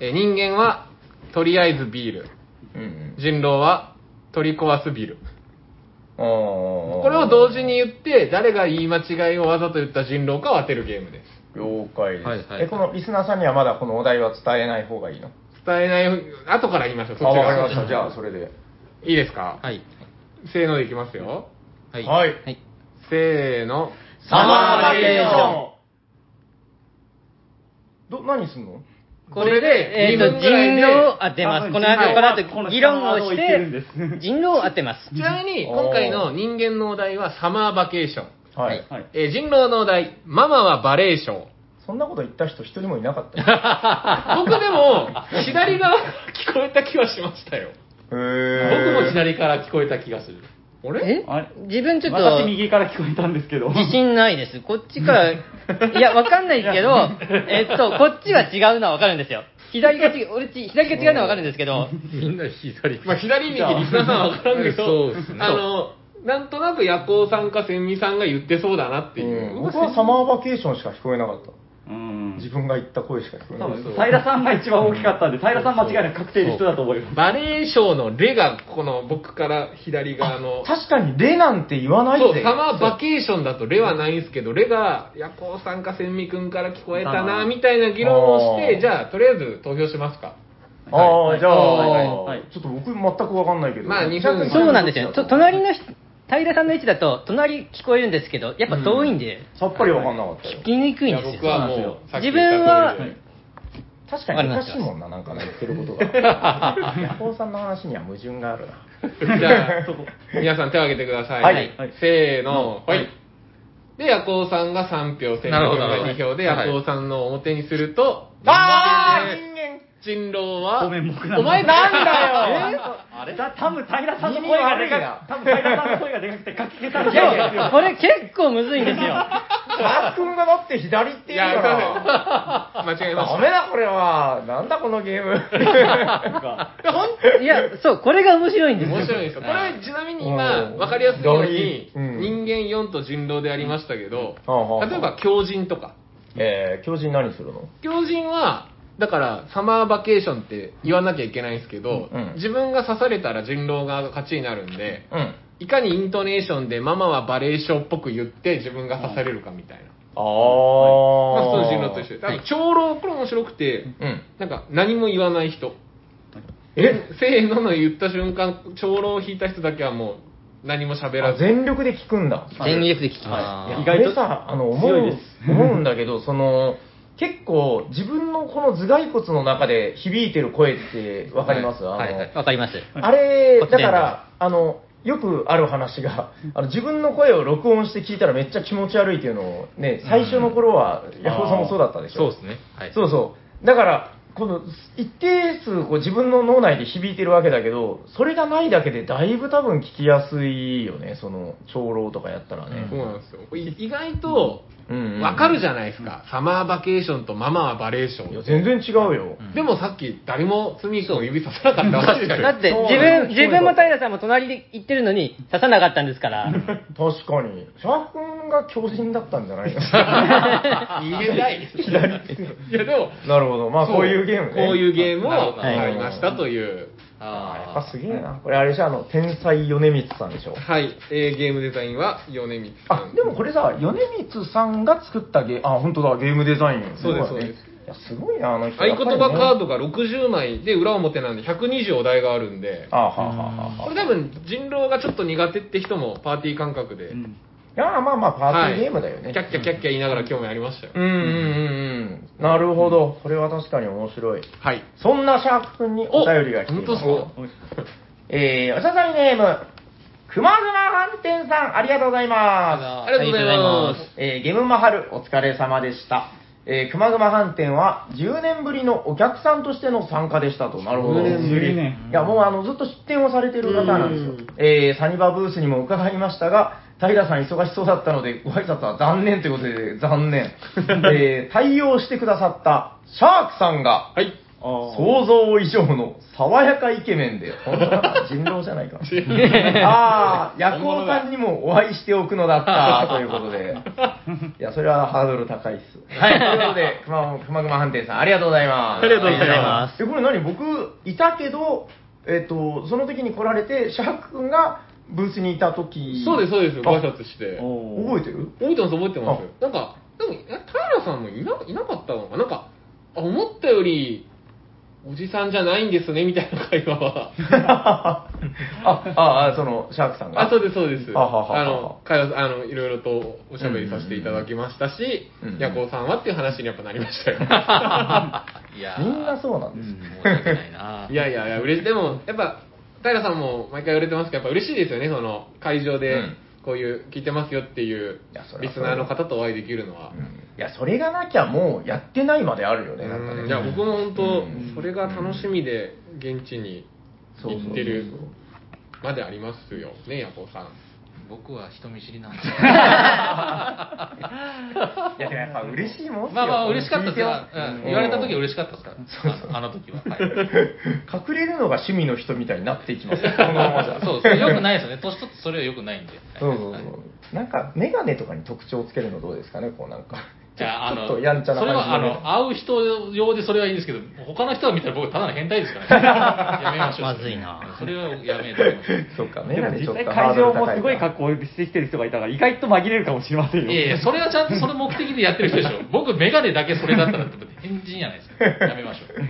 Speaker 5: えー人間は、とりあえずビール。
Speaker 2: うんうん。
Speaker 5: 人狼は、取り壊すビル。
Speaker 2: こ
Speaker 5: これを同時に言って、誰が言い間違いをわざと言った人狼かを当てるゲームです。
Speaker 2: 了解です、
Speaker 1: はいはい
Speaker 2: えこのリスナーさんにはまだこのお題は伝えない方がいいの
Speaker 5: 伝えない、後から言いましょう、
Speaker 2: あ
Speaker 5: そっち
Speaker 2: わかりまし
Speaker 5: が。
Speaker 2: たじゃあそれで
Speaker 5: いいですか、
Speaker 1: はい。
Speaker 5: せーのでいきますよ。
Speaker 1: はい。
Speaker 2: はい、
Speaker 3: はい。
Speaker 5: せーの。
Speaker 3: サマーバケーション
Speaker 2: ど何すんの
Speaker 5: これで
Speaker 3: えっ
Speaker 5: 二
Speaker 3: と、
Speaker 5: 分
Speaker 3: 人
Speaker 5: ぐらいで
Speaker 3: 狼を当てます。
Speaker 4: 多分
Speaker 3: この後からと
Speaker 4: 人狼は
Speaker 3: 議論をし
Speaker 4: このサマーをいけるん
Speaker 3: て
Speaker 4: で、す
Speaker 3: 人狼を当てます。
Speaker 5: ちなみに、今回の人間のお題はサマーバケーション。
Speaker 2: はい、
Speaker 4: はい。
Speaker 5: えー人狼のお題、ママはバレーション。
Speaker 2: そんなこと言った人一人もいなかったよへ
Speaker 5: 僕でも、左側から聞こえた気はしましたよ。
Speaker 2: え
Speaker 1: 僕も左から聞こえた気がする。
Speaker 5: あれ
Speaker 3: え
Speaker 4: あれ
Speaker 3: 自分ちょっ
Speaker 4: 私
Speaker 3: と
Speaker 4: 右から聞こえたんですけど。
Speaker 3: 自信ないです。こっち から、いや、わかんないけど、えっと、こっちは違うのはわかるんですよ。左がち、俺ち、左が違うのはわかるんですけど、
Speaker 1: みんな左。
Speaker 5: まあ、左右、リスナーさんは分からんけ
Speaker 1: そう
Speaker 5: ど
Speaker 1: ですね、
Speaker 5: あの、なんとなく夜行さんか千美さんが言ってそうだなっていう。
Speaker 2: うん僕はサマーバケーションしか聞こえなかった
Speaker 4: うん
Speaker 2: 自。分が言った声しか聞こえな
Speaker 4: 多
Speaker 2: かっ
Speaker 4: 分平さんが一番大きかったんで、平さん間違いなく確定の人だと思います。
Speaker 5: バレーションのレが、この僕から左側の。
Speaker 2: た確かに「レ」なんて言わない
Speaker 5: そう、
Speaker 2: ぜ
Speaker 5: サマーバケーションだとレはないんですけど、レが夜行さんか千美くんから聞こえたな、みたいな議論を
Speaker 2: あ
Speaker 5: し
Speaker 2: ー
Speaker 5: て、じゃあ、とりあえず投票しますか。
Speaker 2: ああ、じゃあ、
Speaker 4: はいはいはい
Speaker 2: ちょっと僕全くわかんないけど
Speaker 5: まあ日本
Speaker 2: ちゃと
Speaker 3: そうなんですよ。と隣の人、平さんの位置だと、隣聞こえるんですけど、やっぱ遠いんで、
Speaker 2: さっぱりわかんなかったよ
Speaker 3: 聞きにくいんです
Speaker 5: 僕
Speaker 3: よ。
Speaker 5: はもう、さっき
Speaker 3: 自
Speaker 5: 言っ
Speaker 3: 分
Speaker 5: た
Speaker 3: は
Speaker 5: 通りで。
Speaker 2: 確かにおかしいもんな、なん かね、言ってることが。ヤコウさんの話には矛盾があるな。
Speaker 5: じゃあ、皆さん手を挙げてください。
Speaker 2: はい
Speaker 4: はい
Speaker 5: せーの、
Speaker 1: は
Speaker 5: はいい。で、夜行さんが3票、千
Speaker 1: なる
Speaker 5: 里
Speaker 1: ほ
Speaker 5: く
Speaker 1: ど
Speaker 5: が2票で、
Speaker 1: はい
Speaker 5: 夜行さんの表にすると、
Speaker 2: あー
Speaker 5: 人間人狼は、
Speaker 4: ごめん僕なんだ
Speaker 5: お前
Speaker 2: なんだよ
Speaker 4: あれだ多分平さんの声が
Speaker 2: 耳悪
Speaker 4: で
Speaker 2: い
Speaker 4: か
Speaker 2: な
Speaker 4: く、多分平さんの声がでかくて、かき消され
Speaker 3: い
Speaker 4: てるん
Speaker 3: や
Speaker 4: で
Speaker 3: い
Speaker 4: す
Speaker 3: や
Speaker 4: よ。
Speaker 3: これ結構むずいんですよ。
Speaker 2: マー君がだって左って
Speaker 5: い
Speaker 2: 言うか
Speaker 5: や、すい
Speaker 2: ら。
Speaker 5: ません。 間違えまし
Speaker 2: ダ
Speaker 5: た。
Speaker 2: メだこれは。なんだこの ゲーム。
Speaker 4: なんか
Speaker 3: いや、そう、これが面白いんですよ。
Speaker 5: 面白いですよ。これ、ちなみに今
Speaker 2: う、ん
Speaker 5: わかりやすいように、
Speaker 2: うん
Speaker 5: 人間4と人狼でありましたけど
Speaker 2: はあはあ、
Speaker 5: 例えば狂人とか。
Speaker 2: えー、教授何するの
Speaker 5: 狂人は、だから、サマーバケーションって言わなきゃいけないんですけど、
Speaker 2: うん
Speaker 5: 自分が刺されたら人狼側が勝ちになるんで、
Speaker 2: うん。
Speaker 5: いかにイントネーションでママはバレーションっぽく言って自分が刺されるかみたいな。
Speaker 2: あ
Speaker 5: まあ、
Speaker 2: ー。
Speaker 5: そういう人狼と一緒で。あと、長老、これ面白くて、
Speaker 2: うん。
Speaker 5: なんか、何も言わない人。
Speaker 2: え
Speaker 5: せーのの言った瞬間、長老を引いた人だけはもう、何も喋ら
Speaker 2: あ
Speaker 5: ず。
Speaker 2: 全力で聞くんだ。
Speaker 3: 全力で聞きま
Speaker 1: あ
Speaker 2: いや
Speaker 1: ー
Speaker 4: 意外と
Speaker 2: これさあの思う
Speaker 4: 強いです
Speaker 2: 思うんだけどその結構自分のこの頭蓋骨の中で響いてる声ってわかります、
Speaker 1: はいは
Speaker 2: あの
Speaker 1: いはい
Speaker 3: す。わかります。
Speaker 2: あれ
Speaker 3: 骨
Speaker 2: だか
Speaker 3: 伝導
Speaker 2: らあのよくある話があの自分の声を録音して聞いたらめっちゃ気持ち悪いっていうのをね最初の頃はヤホーさんもそうだったでし
Speaker 1: そう
Speaker 2: ょ
Speaker 1: ですね。はい。
Speaker 2: そうそう。だから、この一定数こう自分の脳内で響いてるわけだけど、それがないだけでだいぶ多分聞きやすいよね、その長老とかやったらね。
Speaker 5: そうなんですよ。い意外と、
Speaker 2: うん
Speaker 5: わかるじゃないですか。サマーバケーションとママはバレーショ
Speaker 2: いや、
Speaker 5: ン。
Speaker 2: 全然違うよ。
Speaker 5: でもさっき、誰も罪を指ささなかったわけじゃ
Speaker 3: だ
Speaker 5: ない
Speaker 3: って、自分、自分も平さんも隣で行ってるのに刺さなかったんですから。
Speaker 2: 確かに。シャー君が狂人だったんじゃない の
Speaker 5: 人間ない。いや、でも、
Speaker 2: なるほど。まあ、こういうゲームね。
Speaker 5: こういうゲームを
Speaker 1: なるほど
Speaker 5: やりましたという。
Speaker 2: やっぱ
Speaker 1: あ
Speaker 2: すげえな。これあれでしょ、あの、天才米光さんでしょ。
Speaker 5: はい、えーゲームデザインは米光さ
Speaker 2: あ
Speaker 5: ん。、
Speaker 2: でもこれさ、米光さんが作ったゲーあ、本当だ、ゲームデザイン。
Speaker 5: そうです、そうです
Speaker 2: す。。やすごいな、あの人。
Speaker 5: 合言葉カー
Speaker 2: ド。
Speaker 5: ドが60枚で裏表なんで120お題があるんで
Speaker 2: あ、はあはあはあ
Speaker 5: これ多分人狼がちょっと苦手って人もパーティー感覚で、
Speaker 2: いや、まあまあ、パーティーゲームだよ
Speaker 5: は
Speaker 2: ね。
Speaker 5: いキャッキャキャッキャ言いながら興味ありましたよ。
Speaker 2: うんうんうんうん。なるほど。それは確かに面白い。
Speaker 5: はい。
Speaker 2: そんなシャーク君にお便りが来てい
Speaker 5: 本
Speaker 2: ます。
Speaker 5: 当ですか
Speaker 2: えー、おしゃさりネーム、熊島飯店さん、ありがとうございます。
Speaker 5: ありがとうございます。
Speaker 2: えー、ゲムマハル、お疲れ様でした。えー、熊熊飯店は10年ぶりのお客さんとしての参加でしたと。なるほど。
Speaker 4: 10年ぶりね
Speaker 2: いや、もうあの、ずっと出店をされてる方なんですよ。えー、サニバブースにも伺いましたが、平さん忙しそうだったので、ご挨拶は残念ということで、残 念。えー、対応してくださったシャークさんが、
Speaker 5: はい。
Speaker 2: 想像以上の爽やかイケメンで、本当だ人狼じゃ ないか。 ああ、薬王さんにもお会いしておくのだ った、ということで。いや、それはハードル高いっ す。はい、ということで、くまくまくま飯店さん、ありがとうございます。。
Speaker 4: ありがとうございます
Speaker 2: え、これ何僕、いたけど、えっ、と、その時に来られて、シャーク君がブースにいた時
Speaker 5: そうです、そうです。ご挨拶
Speaker 2: し
Speaker 5: して。
Speaker 2: 覚えて る
Speaker 5: 覚えてます、覚えてます
Speaker 2: あ。
Speaker 5: なんか、でも、え平さんもいないなかったのかなんか、あ思ったより、おじさんじゃないんですね、みたいな会話は。
Speaker 2: あ、あ、あその、シャークさんが。
Speaker 5: あ、そうです、そうです。
Speaker 2: はははは
Speaker 5: あの、会話、あの、いろいろとおしゃべりさせていただきましたし
Speaker 2: うんうんうん、
Speaker 5: ヤコウさんはっていう話にやっぱなり ましたよ。
Speaker 1: いやー
Speaker 2: みんなそうなん
Speaker 1: う
Speaker 2: ですよ
Speaker 1: ん申し訳ないない
Speaker 5: やいやいや、嬉しい。でも、やっぱ、平さんも毎回言われてますけど、やっぱ嬉しいですよね、その、会場
Speaker 2: う
Speaker 5: で
Speaker 2: ん、
Speaker 5: こういう、聞いてますよっていう
Speaker 2: いやそ、れ
Speaker 5: リ
Speaker 2: は
Speaker 5: スナーの方とお会いできるのは。
Speaker 2: いや、それがなきゃもうやってないまであるよね、なんか
Speaker 5: う
Speaker 2: ね。
Speaker 5: んいや、僕も本当
Speaker 2: うん、
Speaker 5: それが楽しみで、現地に
Speaker 2: そうそうそう
Speaker 5: 行ってるまでありますよね、ヤコウさん。
Speaker 1: 僕は人見知りなん で
Speaker 2: いや、でもやっぱ嬉しいもんっすよ
Speaker 1: まあまあ嬉しかったですよ、うん言われた 時は嬉
Speaker 2: し
Speaker 1: しかったですからあのあの時は、はい、
Speaker 2: 隠れるのが趣味の人みたいになっていき ますよ、このままじゃ。
Speaker 1: そうですよくないですよね年取ってそれはよくないんで
Speaker 2: そうそうそう。なんか、メガネとかに特徴をつけるのどうですかね、こうなんか。
Speaker 1: じゃあ、あ
Speaker 2: ちょ
Speaker 1: の、
Speaker 2: っとやんちゃな
Speaker 1: それは、あ
Speaker 2: 感じのね
Speaker 1: の、会う人用でそれはいいんですけど、他の人が見たら僕ただの変態です からね。やめましょう。
Speaker 3: まずいな
Speaker 1: それはやめときましょう
Speaker 2: そうか、メ
Speaker 4: で
Speaker 2: ガ
Speaker 4: も
Speaker 2: ネ
Speaker 4: 実
Speaker 2: ちょっと
Speaker 4: 際
Speaker 2: ハー
Speaker 4: 会
Speaker 2: ド
Speaker 4: 場
Speaker 2: ル高い
Speaker 4: もすごい
Speaker 2: から。
Speaker 4: 格好をしてきてる人がいたから、意外と紛れるかもしれませんよ。
Speaker 1: いやいや、それはちゃんとその目的でやってる人でしょ。僕、メガネだけそれだったらって、変人やないですか。やめましょう。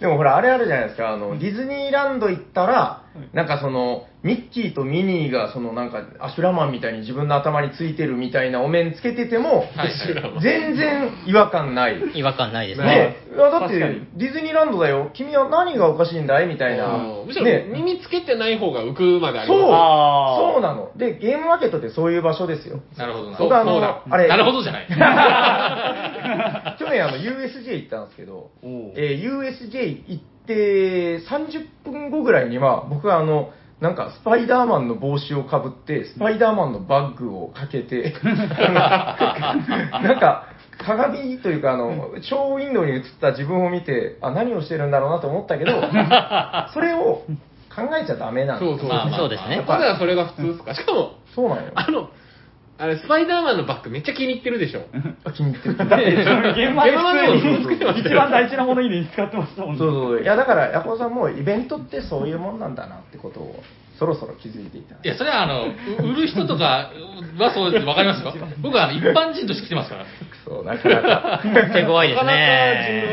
Speaker 2: でもほら、あれあるじゃないですか、あの、ディズニーランド行ったら、なんかその、ミッキーとミニーが、そのなんか、アシュラマンみたいに自分の頭についてるみたいなお面つけてても、
Speaker 1: はい、
Speaker 2: 全然違和感ない。ね
Speaker 3: 違和感ないですね。
Speaker 2: え、いやだって
Speaker 4: 確かに
Speaker 2: ディズニーランドだよ、君は何がおかしいんだいみたいな。
Speaker 5: うんむしろ
Speaker 2: ね
Speaker 5: 耳つけてない方が浮くまであり
Speaker 2: そう
Speaker 5: ま
Speaker 4: あー
Speaker 2: そうなの。で、ゲームマーケットってそういう場所ですよ。
Speaker 1: なるほどな。
Speaker 5: そう
Speaker 2: 僕あ
Speaker 5: そうだ
Speaker 2: の、あれ、
Speaker 1: なるほどじゃない。
Speaker 2: 去年あの USJ 行ったんですけど、
Speaker 4: おう
Speaker 2: えー USJ 行って30分後ぐらいには僕はあのなんかスパイダーマンの帽子をかぶってスパイダーマンのバッグをかけてなんか鏡というかあのショーウィンドウに映った自分を見てあ何をしてるんだろうなと思ったけどそれを考えちゃダメなん
Speaker 5: す。
Speaker 2: です
Speaker 5: そうそう。
Speaker 1: まあまあ
Speaker 3: そうです
Speaker 5: ま
Speaker 3: ね。
Speaker 5: だはそれが普通ですか。しかも、
Speaker 2: そうなん よ
Speaker 5: あの、あれ、スパイダーマンのバッグめっちゃ気に入ってるでしょ。
Speaker 2: あ気に入ってる
Speaker 4: だって、現場で
Speaker 5: 現場でも
Speaker 4: 普通に一番大事なものに使ってましたもんね。
Speaker 2: そうそういやだからヤコウさんもイベントってそういうもんなんだなってことをそろそろ気づいていただい
Speaker 1: い
Speaker 2: て
Speaker 1: や、それはあの、う売る人とかはそうです。わかりますよ。僕はあの一般人として来てますから。
Speaker 2: そうなかな か
Speaker 3: 手強いです
Speaker 5: なかなか
Speaker 3: ね。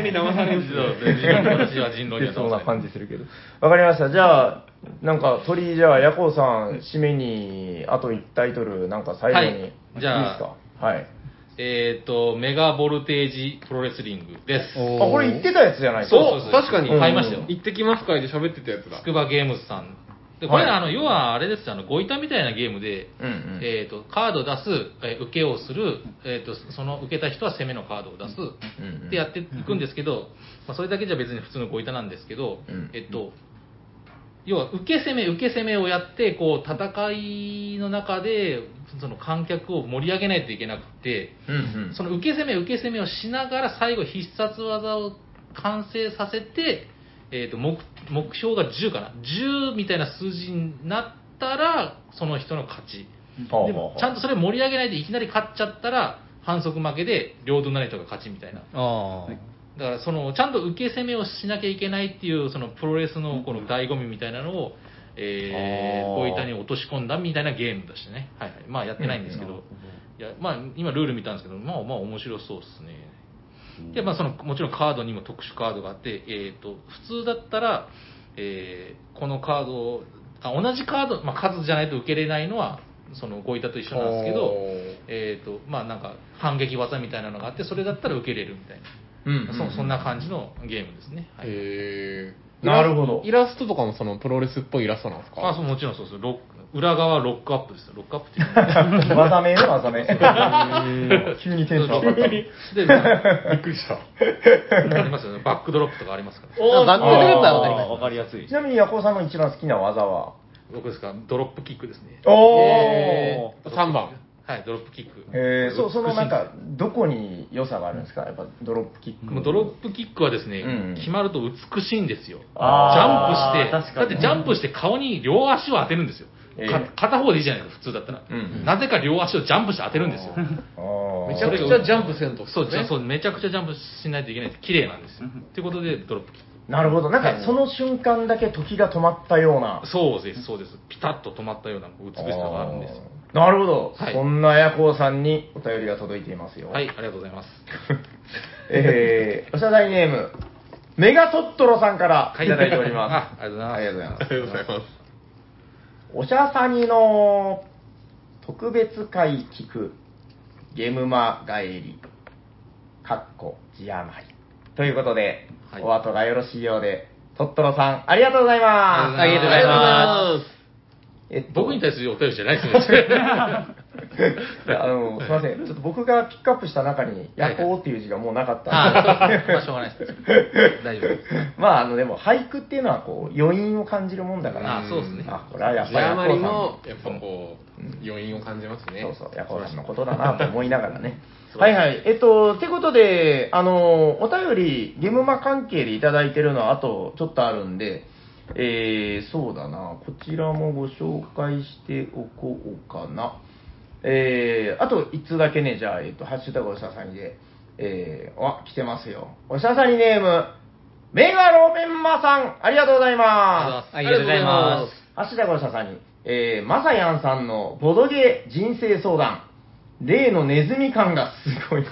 Speaker 5: 人狼に騙されるんですよ。
Speaker 1: 私は人狼に
Speaker 2: 出
Speaker 1: は
Speaker 2: そうな感じ
Speaker 1: す。
Speaker 2: するけどわかりましたじゃあなんか鳥居じゃあヤコウさん締めにあと1タイトルなんか最後に、
Speaker 1: はいじゃあ
Speaker 2: いいですかはい
Speaker 1: えっと、メガボルテージプロレスリングです。
Speaker 2: あこれ言ってたやつじゃないですか
Speaker 5: そう確かに
Speaker 1: 買いましたよ。
Speaker 5: 行ってきます会で喋ってたやつだ
Speaker 1: つ。くばゲームズさん。で、これ、
Speaker 2: はい
Speaker 1: あの、要はあれですよあの、ご板みたいなゲームで、
Speaker 2: うんうん
Speaker 1: えっ、と、カードを出す、えー受けをする、えっ、と、その受けた人は攻めのカードを出す、
Speaker 2: うんうん
Speaker 1: ってやっていくんですけど、まあ、それだけじゃ別に普通のご板なんですけど、
Speaker 2: うん
Speaker 1: えっと、要は受け攻め、受け攻めをやって、こう、戦いの中で、その観客を盛り上げないといけなくて、
Speaker 2: うんうん
Speaker 1: その受け攻め、受け攻めをしながら、最後、必殺技を完成させて、えー、と目目標が10かな、10みたいな数字になったら、その人の勝ち、
Speaker 2: ほう
Speaker 1: で
Speaker 2: ほうほ
Speaker 1: も
Speaker 2: う
Speaker 1: ちゃんとそれ盛り上げないで、いきなり勝っちゃったら、反則負けで、両隣の人が勝ちみたいな、
Speaker 3: あー
Speaker 1: だからそのちゃんと受け攻めをしなきゃいけないっていう、そのプロレスのこの醍醐味みたいなのを、え
Speaker 2: あー
Speaker 1: ー、小板に落とし込んだみたいなゲームでしたね、はいはいまあ、やってないんですけど、いやまあ、今、ルール見たんですけど、まあまあ面白そうですね。で、まあ、その、もちろんカードにも特殊カードがあって、えっ、と、普通だったら、えーこのカードをあ、同じカード、まあ、数じゃないと受けれないのは、その、ゴイタと一緒なんですけど、えっ、と、まあ、なんか、反撃技みたいなのがあって、それだったら受けれるみたいな。
Speaker 2: うん
Speaker 1: そそんな感じのゲームですね。はい。
Speaker 5: へー
Speaker 2: なるほど
Speaker 5: イラストとかもそのプロレスっぽいイラストなんですか
Speaker 1: あ、そう、もちろんそうです。ロック裏側ロックアップですよ。ロックアップっていうの
Speaker 2: 技名よ、技名。 急 にテンション上がった。
Speaker 1: で、ま
Speaker 5: びっく りした。
Speaker 1: あありますよね。バックドロップとかありますから。
Speaker 4: おー
Speaker 3: バックドロップはわかります
Speaker 4: わかりやすい
Speaker 2: ち。なみに、ヤコウさんの一番好きな技は
Speaker 1: 僕ですか、ドロップキックですね。
Speaker 2: お
Speaker 5: 3番。
Speaker 1: はい、ドロップキック。
Speaker 2: えー、そうそのなんか、どこに良さがあるんですかやっぱドロップキック。
Speaker 1: もうドロップキックはですね、
Speaker 2: うん
Speaker 1: 決まると美しいんですよ。ジ
Speaker 4: あ
Speaker 1: ャ
Speaker 4: ー
Speaker 1: ンプして、だ
Speaker 4: 確
Speaker 1: っ
Speaker 4: かに
Speaker 1: てジャンプして顔に両足を当てるんですよ。
Speaker 2: ええ
Speaker 1: か片方でいいじゃないですか、普通だったら。
Speaker 2: うん
Speaker 1: なぜか両足をジャンプして当てるんですよ。
Speaker 2: あー
Speaker 5: めちゃくちゃジャンプせんと。
Speaker 1: そうそうそう、めちゃくちゃジャンプしないといけないです。綺麗なんですよ。ということで、ドロップキック。
Speaker 2: なるほど。なんか、その瞬間だけ時が止まったような。
Speaker 1: そうです、そうです。ピタッと止まったような美しさがあるんですよ。
Speaker 2: あーなるほど。
Speaker 1: はい
Speaker 2: そんなヤコウさんにお便りが届いていますよ。
Speaker 1: はい、ありがとうございます。
Speaker 2: えー、おしゃだいネーム、メガトットロさんから
Speaker 1: はい
Speaker 2: ただいておりま
Speaker 1: ああり
Speaker 2: す。あり
Speaker 1: が
Speaker 2: が
Speaker 1: と
Speaker 2: と
Speaker 1: うご
Speaker 2: う
Speaker 1: ざいます。
Speaker 2: ございます。
Speaker 5: ざいます。
Speaker 2: おしゃさにの特別会聞くゲムマ帰り、かっこ字余り。ということで、
Speaker 1: はい
Speaker 2: お後がよろしいようで、トットロさん、ありがとうございます。。
Speaker 1: ありがとうございます
Speaker 2: えっと、
Speaker 1: 僕に対するお便りじゃないですね。
Speaker 2: い やあの、すみません。ちょっと僕がピックアップした中に、
Speaker 1: はい
Speaker 2: 夜行っていう字がもうなかったんで、
Speaker 1: あー、まあ、しょうがないです。大丈夫です。
Speaker 2: まあ、あの、でも俳句っていうのは、こう、余韻を感じるもんだから、
Speaker 1: あーそうですね。
Speaker 2: あ、これはやっ
Speaker 5: ジ
Speaker 2: ぱり
Speaker 5: ャー
Speaker 2: 夜
Speaker 5: マリ
Speaker 2: 行さん
Speaker 5: も、やっぱこう、余韻を感じますね。
Speaker 2: そうそう、ヤコウさんのことだなと思いながら ね。はいはい。えっと、てことで、あの、お便り、ゲムマ関係でいただいてるのは、あと、ちょっとあるんで、えー、そうだな、こちらもご紹介しておこうかな。えー、あと、一通だけね、じゃあ、えっと、ハッシュタグおしゃさんにで、えー、あ、来てますよ。おしゃさにネーム、メガロメンマさん、ありがとうございます。
Speaker 3: ありがとうございます
Speaker 2: 橋田五郎さんに、えー、まさやんさんのボドゲ人生相談、例のネズミ感がす ごい。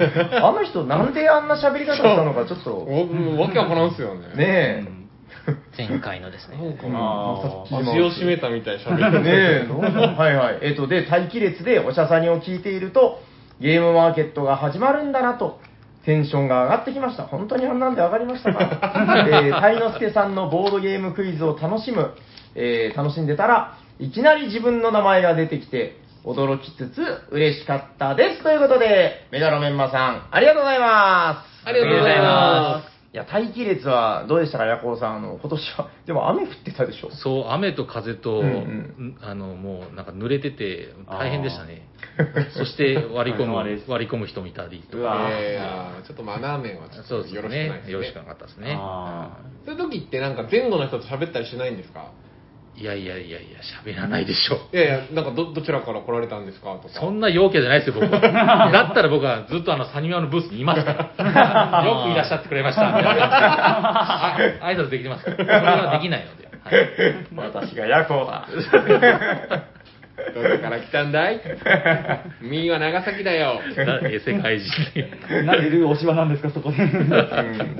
Speaker 2: あの人、なんであんな喋り方したのか、ちょっと、
Speaker 5: 僕、わけわからんっすよね。
Speaker 2: ね
Speaker 3: 前回のですね。
Speaker 2: あー
Speaker 5: 味を占めたみたいに喋
Speaker 2: え、
Speaker 5: る。
Speaker 2: ねえ、どうもはいはい。えっ、と、で、待機列でおしゃさにを聞いていると、ゲームマーケットが始まるんだなと、テンションが上がってきました。本当にあんなんで上がりました かえー、たいのすけさんのボードゲームクイズを楽しむ、えー楽しんでたら、いきなり自分の名前が出てきて、驚きつつ嬉しかったです。ということで、メダロメンマさん、ありがとうございま す。。
Speaker 1: ありがとうございます
Speaker 2: いや、待機列はどうでしたか、ヤコウさん。あの、今年は、でも雨降ってたでしょ
Speaker 1: す。そう、雨と風と、
Speaker 2: うんうん
Speaker 1: んあの、もう、なんか濡れてて、大変でしたね
Speaker 2: あ。
Speaker 1: そして、割り込む、
Speaker 4: あれです
Speaker 1: 割り込む人もいたりと
Speaker 5: う
Speaker 1: か。
Speaker 5: わーちょっとマナー面はちょっと
Speaker 1: そうです
Speaker 5: よろしくない
Speaker 1: ね
Speaker 5: で。す
Speaker 1: よろしく
Speaker 5: ね
Speaker 1: な。かったですね。
Speaker 4: あ
Speaker 5: そういう時ってなんか前後の人と喋ったりしないんですか
Speaker 1: いやいやいやいや、喋らないでしょ。
Speaker 5: いやいや、なんかど、どちらから来られたんですかとか。
Speaker 1: そんな陽キャじゃないですよ、 僕。だったら僕はずっとあの、サニワのブースにいました から。よくいらっしゃってくれました。あ挨拶できてますから。それはできないので。はい
Speaker 2: 私がヤコウだ。
Speaker 5: どこから来たんだいみーは長崎だよ。
Speaker 1: なえ世界中に。
Speaker 4: ーなんでルー押し場なんですか、そこで。
Speaker 2: ち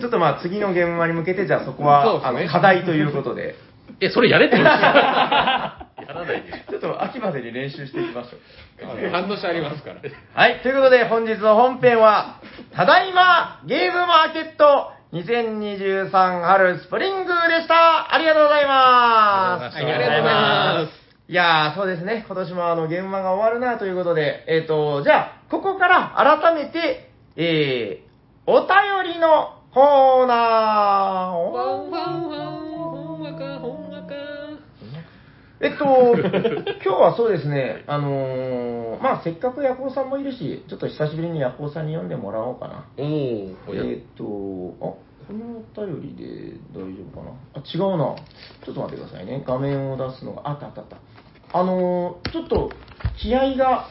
Speaker 2: ょっとまあ次の現場に向けて、じゃあそこは、
Speaker 5: そうですね
Speaker 2: あの課題ということ で、
Speaker 1: え、それやれってこと ですかやらないでしょ。
Speaker 2: ちょっと秋までに練習していきましょう。
Speaker 5: あの半年あ りますから。
Speaker 2: はい、ということで本日の本編は、ただいまゲームマーケット2023春スプリングでした。ありがとうございます。。
Speaker 1: ありがとうございます
Speaker 5: ありがとうございます
Speaker 2: いやー、そうですね。今年もあの、ゲームマが終わるなということで、えっ、と、じゃあ、ここから改めて、えー、お便りのコーナーをえっと、今日はそうですね、あのーまあ、せっかくヤコウさんもいるし、ちょっと久しぶりにヤコウさんに読んでもらおうかな。
Speaker 5: おお
Speaker 2: えーっと、あ、このお便りで大丈夫かな。あ、違うな。ちょっと待ってくださいね。画面を出すのが、あったあったあった。あのーちょっと気合が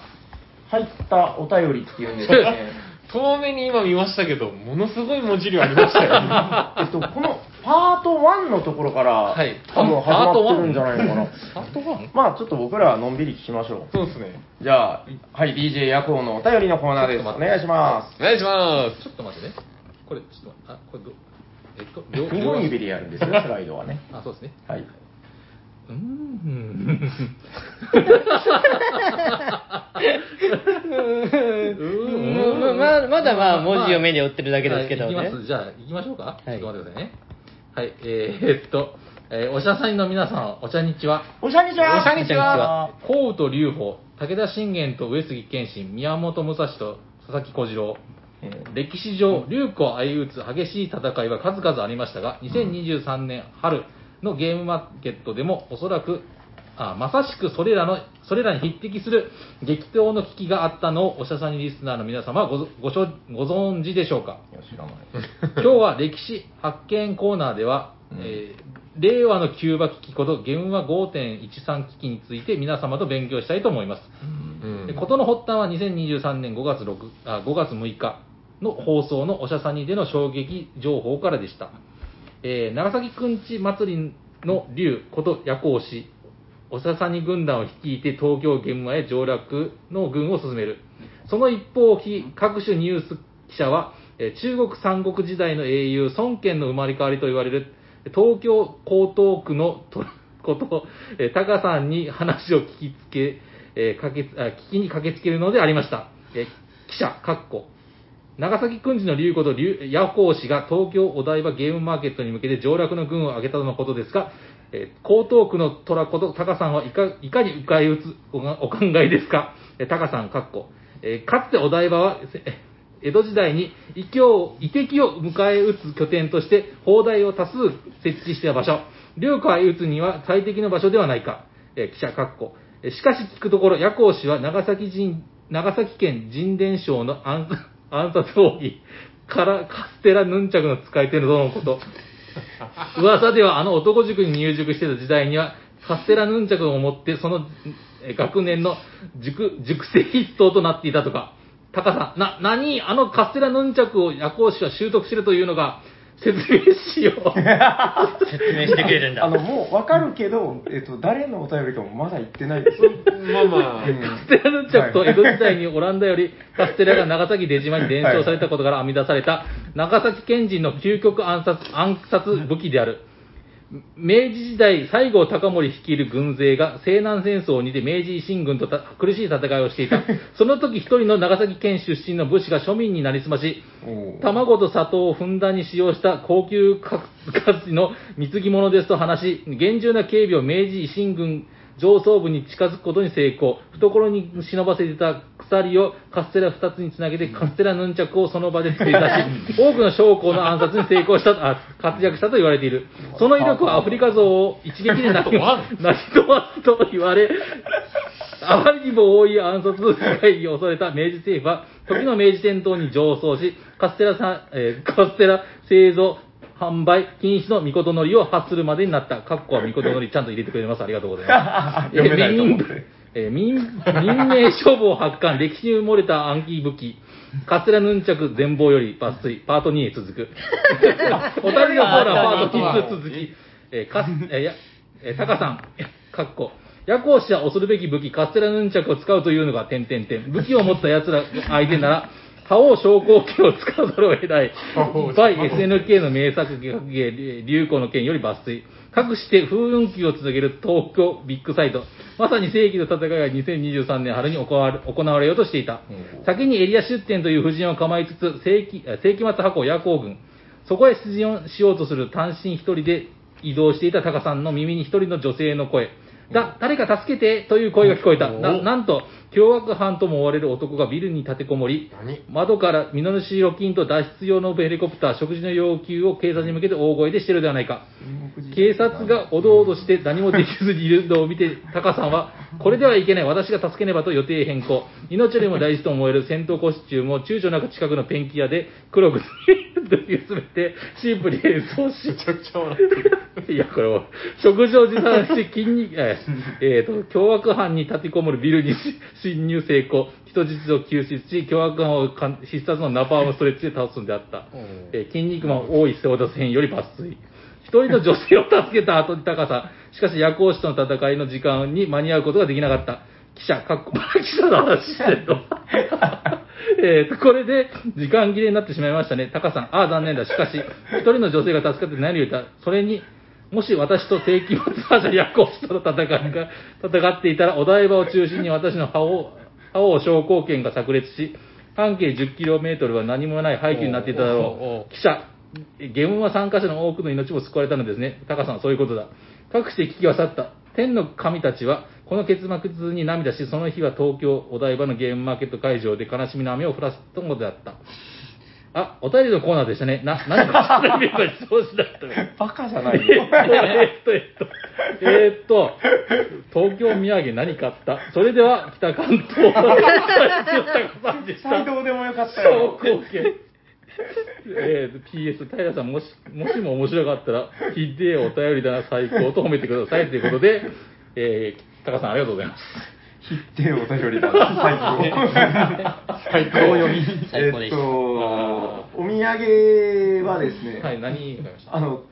Speaker 2: 入ったお便りっていうんですかね。
Speaker 5: 遠目に今見ましたけど、ものすごい文字量ありましたよ。
Speaker 2: えっと、このパート1のところから、
Speaker 1: はい
Speaker 2: 多分始まってるんじゃないのかな。
Speaker 1: パート 1?
Speaker 2: まあちょっと僕らはのんびり聞きましょ
Speaker 5: そうですね。
Speaker 2: う。じゃあ、はい、DJ 夜行のお便りのコーナーです。お願いしま
Speaker 5: お願いしま
Speaker 1: ちょっと待ってね。これ、ちょっと待って、あ、これど、えっと、
Speaker 2: す。2本指でやるんですよ、スライドはね。
Speaker 1: あ、そうですね。
Speaker 2: はい。
Speaker 1: うーん。
Speaker 3: うんままだまあ文字を目に追ってるだけですけどね
Speaker 1: はい行きます。じゃあ、行きましょうか。
Speaker 3: はい
Speaker 1: ちょっと待ってくださいね。はい、えー、えっと、えーおしゃさんの皆さん、お茶にちは。
Speaker 2: おしゃにちは
Speaker 3: おしゃにちは
Speaker 1: 甲宇と龍保、武田信玄と上杉謙信、宮本武蔵と佐々木小次郎。
Speaker 2: えー
Speaker 1: 歴史上、龍子を相打つ激しい戦いは数々ありましたが、2023年春のゲームマーケットでもおそらく、あまさしくそれらの、それらに匹敵する激闘の危機があったのをおしゃさにリスナーの皆様はごぞごしょご存知でしょうか
Speaker 2: いや知らない。
Speaker 1: 今日は歴史発見コーナーでは、
Speaker 2: うん
Speaker 1: えー令和のキューバ危機ことゲームマ5.13危機について皆様と勉強したいと思います。
Speaker 5: す。うん
Speaker 1: で事の発端は2023年5月 ,6 あ5月6日の放送のおしゃさにでの衝撃情報からでした、えー長崎くんち祭りの竜こと夜行氏おしゃさに軍団を率いて東京現場へ上洛の軍を進めるその一方を聞き各種ニュース記者は、えー中国三国時代の英雄孫権の生まれ変わりと言われる東京江東区のと こと、えータカさんに話を聞きつけ、えーかけあ聞きに駆けつけるのでありました。えー記者、かっこ。長崎くんじの竜こと竜ヤホー氏が東京お台場ゲームマーケットに向けて上洛の軍を挙げたとのことですが、えー江東区の虎ことタカさんはいかいかに迂回打つおがお考えですか、えー、タカさん、かっこ。えーかつてお台場は、せ江戸時代に異教、遺跡を迎え撃つ拠点として砲台を多数設置した場所。両海撃つには最適の場所ではないか。えー記者括弧。えーしかし聞くところ、夜行氏は長崎人、長崎県神殿省の 暗暗殺奥義からカステラヌンチャクの使い手のどのこと。 噂ではあの男塾に入塾してた時代には、カステラヌンチャクを持って、そのえ学年の塾、塾生筆頭となっていたとか。タカさん、な、なに、あのカステラヌンチャクを夜行氏は習得してるというのが、説明しよう。
Speaker 3: 説明してくれるんだ。
Speaker 2: あの、もうわかるけど、えっと、誰のお便りかもまだ言ってないです。
Speaker 5: まあ まあ
Speaker 2: う、
Speaker 1: カス
Speaker 2: ん
Speaker 1: テラヌンチャクと江戸時代にオランダよりカステラが長崎出島に伝承されたことから編み出された長崎県人の究極暗殺暗殺武器である。明治時代、西郷隆盛率いる軍勢が西南戦争にて明治維新軍とた苦しい戦いをしていた。その時一人の長崎県出身の武士が庶民になりすまし、
Speaker 2: おー
Speaker 1: 卵と砂糖をふんだんに使用した高級カツの貢ぎ物ですと話し、厳重な警備を明治維新軍上層部に近づくことに成功。懐に忍ばせていた鎖をカステラ2つにつなげて、カステラヌンチャクをその場で作り出し、多くの将校の暗殺に成功したと、あ活躍したと言われている。その威力はアフリカ像を一撃でなきなき飛ばすと言われ、あまりにも多い暗殺会議を恐れた明治政府は、時の明治天皇に上奏し、カステラさ、えーカステラ製造、販売禁止の御事のりを発するまでになった。かっこは御事のりちゃんと入れてくれます。ありがとうございます。
Speaker 2: 読めないと思って
Speaker 1: えー民えー民民命消防発刊、歴史に埋もれた暗記武器、カステラヌンチャク全貌より抜粋、パート2へ続く。おたりのコーナーパート2続き、えー、かす、えーや、えー、タカさん、かっこ。夜行者は恐るべき武器、カステラヌンチャクを使うというのが、点々点。武器を持った奴ら相手なら、覇王昇降機を使うぞろを得ない。バイ SNK の名作学芸、流行の剣より抜粋。かくして風雲球を続ける東京ビッグサイト。まさに世紀の戦いが2023年春に行われ行われようとしていた。先にエリア出店という布陣を構えつつ、世紀あ世紀末箱夜行軍。そこへ出陣しようとする単身一人で移動していたタカさんの耳に一人の女性の声。だ、誰か助けてという声が聞こえた。な、なんと、凶悪犯とも追われる男がビルに立てこもり、
Speaker 5: 何
Speaker 1: 窓から身の代金と脱出用のヘリコプター、食事の要求を警察に向けて大声でしてるではないか。警察がおどおどして何もできずにいるのを見て、タカさんは、これではいけない、私が助けねばと予定変更。命よりも大事と思える戦闘コスチュームを躊躇なく近くのペンキ屋で黒く塗り塗りつめて、シンプルに演奏し、
Speaker 5: めちゃくちゃ笑ってる。
Speaker 1: いや、これも、食事を持参して筋肉、えーえーと、凶悪犯に立てこもるビルに侵入成功、人質を救出し、凶悪犯をかん必殺のナパームストレッチで倒すんであった。えー筋肉マン大井瀬尾田戦より抜粋。一人の女性を助けた後に高さ、しかし夜行士との戦いの時間に間に合うことができなかった。記者、かっこ、記者の話してるの。えーと、これで時間切れになってしまいましたね。高さん、ああ、残念だ。しかし、一人の女性が助かって何よりだ。それに、もし私と定期末覇者夜行士との戦いが、戦っていたら、お台場を中心に私の覇王、覇王昇降圏が炸裂し、半径 10km は何もない廃墟になっていただろう。記者、ゲームは参加者の多くの命も救われたのですね。タカさん、そういうことだ。各地で危機は去った。天の神たちは、この結末に涙し、その日は東京、お台場のゲームマーケット会場で悲しみの雨を降らすともであった。あ、お便りのコーナーでしたね。な、何 か失礼な表紙だったよ。
Speaker 2: バカじゃない
Speaker 1: え
Speaker 2: よ。
Speaker 1: っと、えっと、えっと、えっと、東京土産何買ったそれでは、北関東、北関東でし
Speaker 2: 絶
Speaker 1: た。
Speaker 2: 対どうでもよかった
Speaker 1: 超
Speaker 2: よ
Speaker 1: 高。級。えー、PS、平さん、もし、もしも面白かったら、ひでえお便りだな、最高と褒めてください。ということで、えー、タカさん、ありがとうございます。
Speaker 2: ひってえお便りだ。最高。最高読み。え
Speaker 3: 最高で
Speaker 2: っ
Speaker 3: した
Speaker 2: と、お土産はですね、
Speaker 1: はい、何買いました
Speaker 2: あの、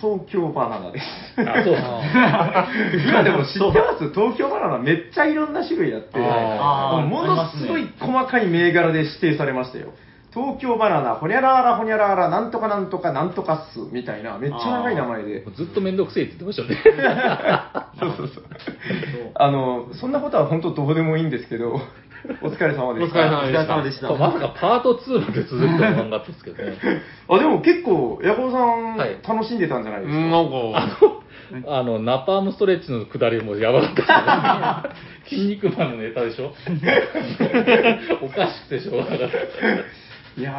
Speaker 2: 東京バナナです。
Speaker 1: あ、そうな
Speaker 2: 今でも知ってます東京バナナめっちゃいろんな種類あって、
Speaker 4: あー
Speaker 2: ものすごい細かい銘柄で指定されましたよ。東京バナナ、ほにゃららほにゃらら、なんとかなんとかなんとかっす、みたいな、めっちゃ長い名前で。
Speaker 1: のずっとめんどくせえって言ってましたよね。
Speaker 2: そうそうそう。あの、そんなことは本当どうでもいいんですけど、 お疲れ様でした。
Speaker 5: お疲れ様でした
Speaker 2: でし
Speaker 1: まさかパート2まで続くとは思わなかったですけどね。
Speaker 2: あ、でも結構、ヤコウさん、
Speaker 1: はい
Speaker 2: 楽しんでたんじゃないですか。
Speaker 5: なんか、
Speaker 1: あの、ナパームストレッチの下りもやばかったです ね。筋肉マンのネタで しょおかしくてしょうがなかった。
Speaker 2: いやー、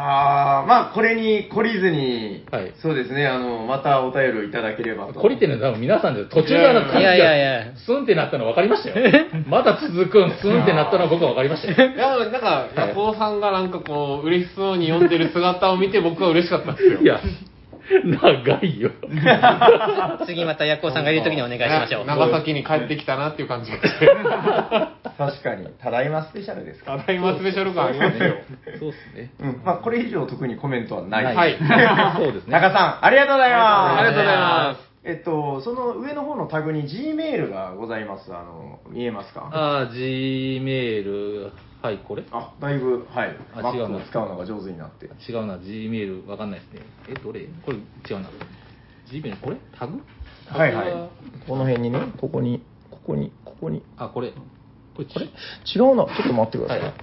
Speaker 2: まあ、これに懲りずに、
Speaker 1: はい
Speaker 2: そうですね、あの、またお便りをいただければと。
Speaker 1: 懲りてるのは多分皆さんで途中からの感じが
Speaker 3: いやいやいや
Speaker 1: スンってなったの分かりましたよ。まだ続くん、スンってなったのは僕は分かりましたよ。
Speaker 5: いや、なんか、ヤコウさんがなんかこう、嬉しそうに読んでる姿を見て僕は嬉しかったですよ。
Speaker 1: いや、長いよ。
Speaker 3: 次またヤコウさんがいるときにお願いしましょう。
Speaker 5: ね長崎に帰ってきたなっていう感じがして。
Speaker 2: 確かに、ただいまスペシャルですか
Speaker 5: ただいまスペシャル感ありますよ。
Speaker 1: そうですね。
Speaker 2: ら。うん、まあ、これ以上特にコメントはない。
Speaker 5: はい。
Speaker 1: そうですね。
Speaker 2: 中さん、ありがとうございます。。
Speaker 5: ありがとうございます
Speaker 2: えっと、その上の方のタグに G メールがございます。あの、見えますか
Speaker 1: あー、G メール、はい、これ
Speaker 2: あ、だいぶ、はい。
Speaker 1: あ
Speaker 2: マ
Speaker 1: 違う
Speaker 2: ッ
Speaker 1: な
Speaker 2: クを使うのが上手になって。
Speaker 1: 違うな、G メール、分かんないですね。え、どれこれ違うな。G メール、これタグ
Speaker 2: はいはい。この辺にね、ここに、ここに、ここに。
Speaker 1: あ、これ。これ、これ
Speaker 2: 違うな、ちょっと待ってください。
Speaker 1: はい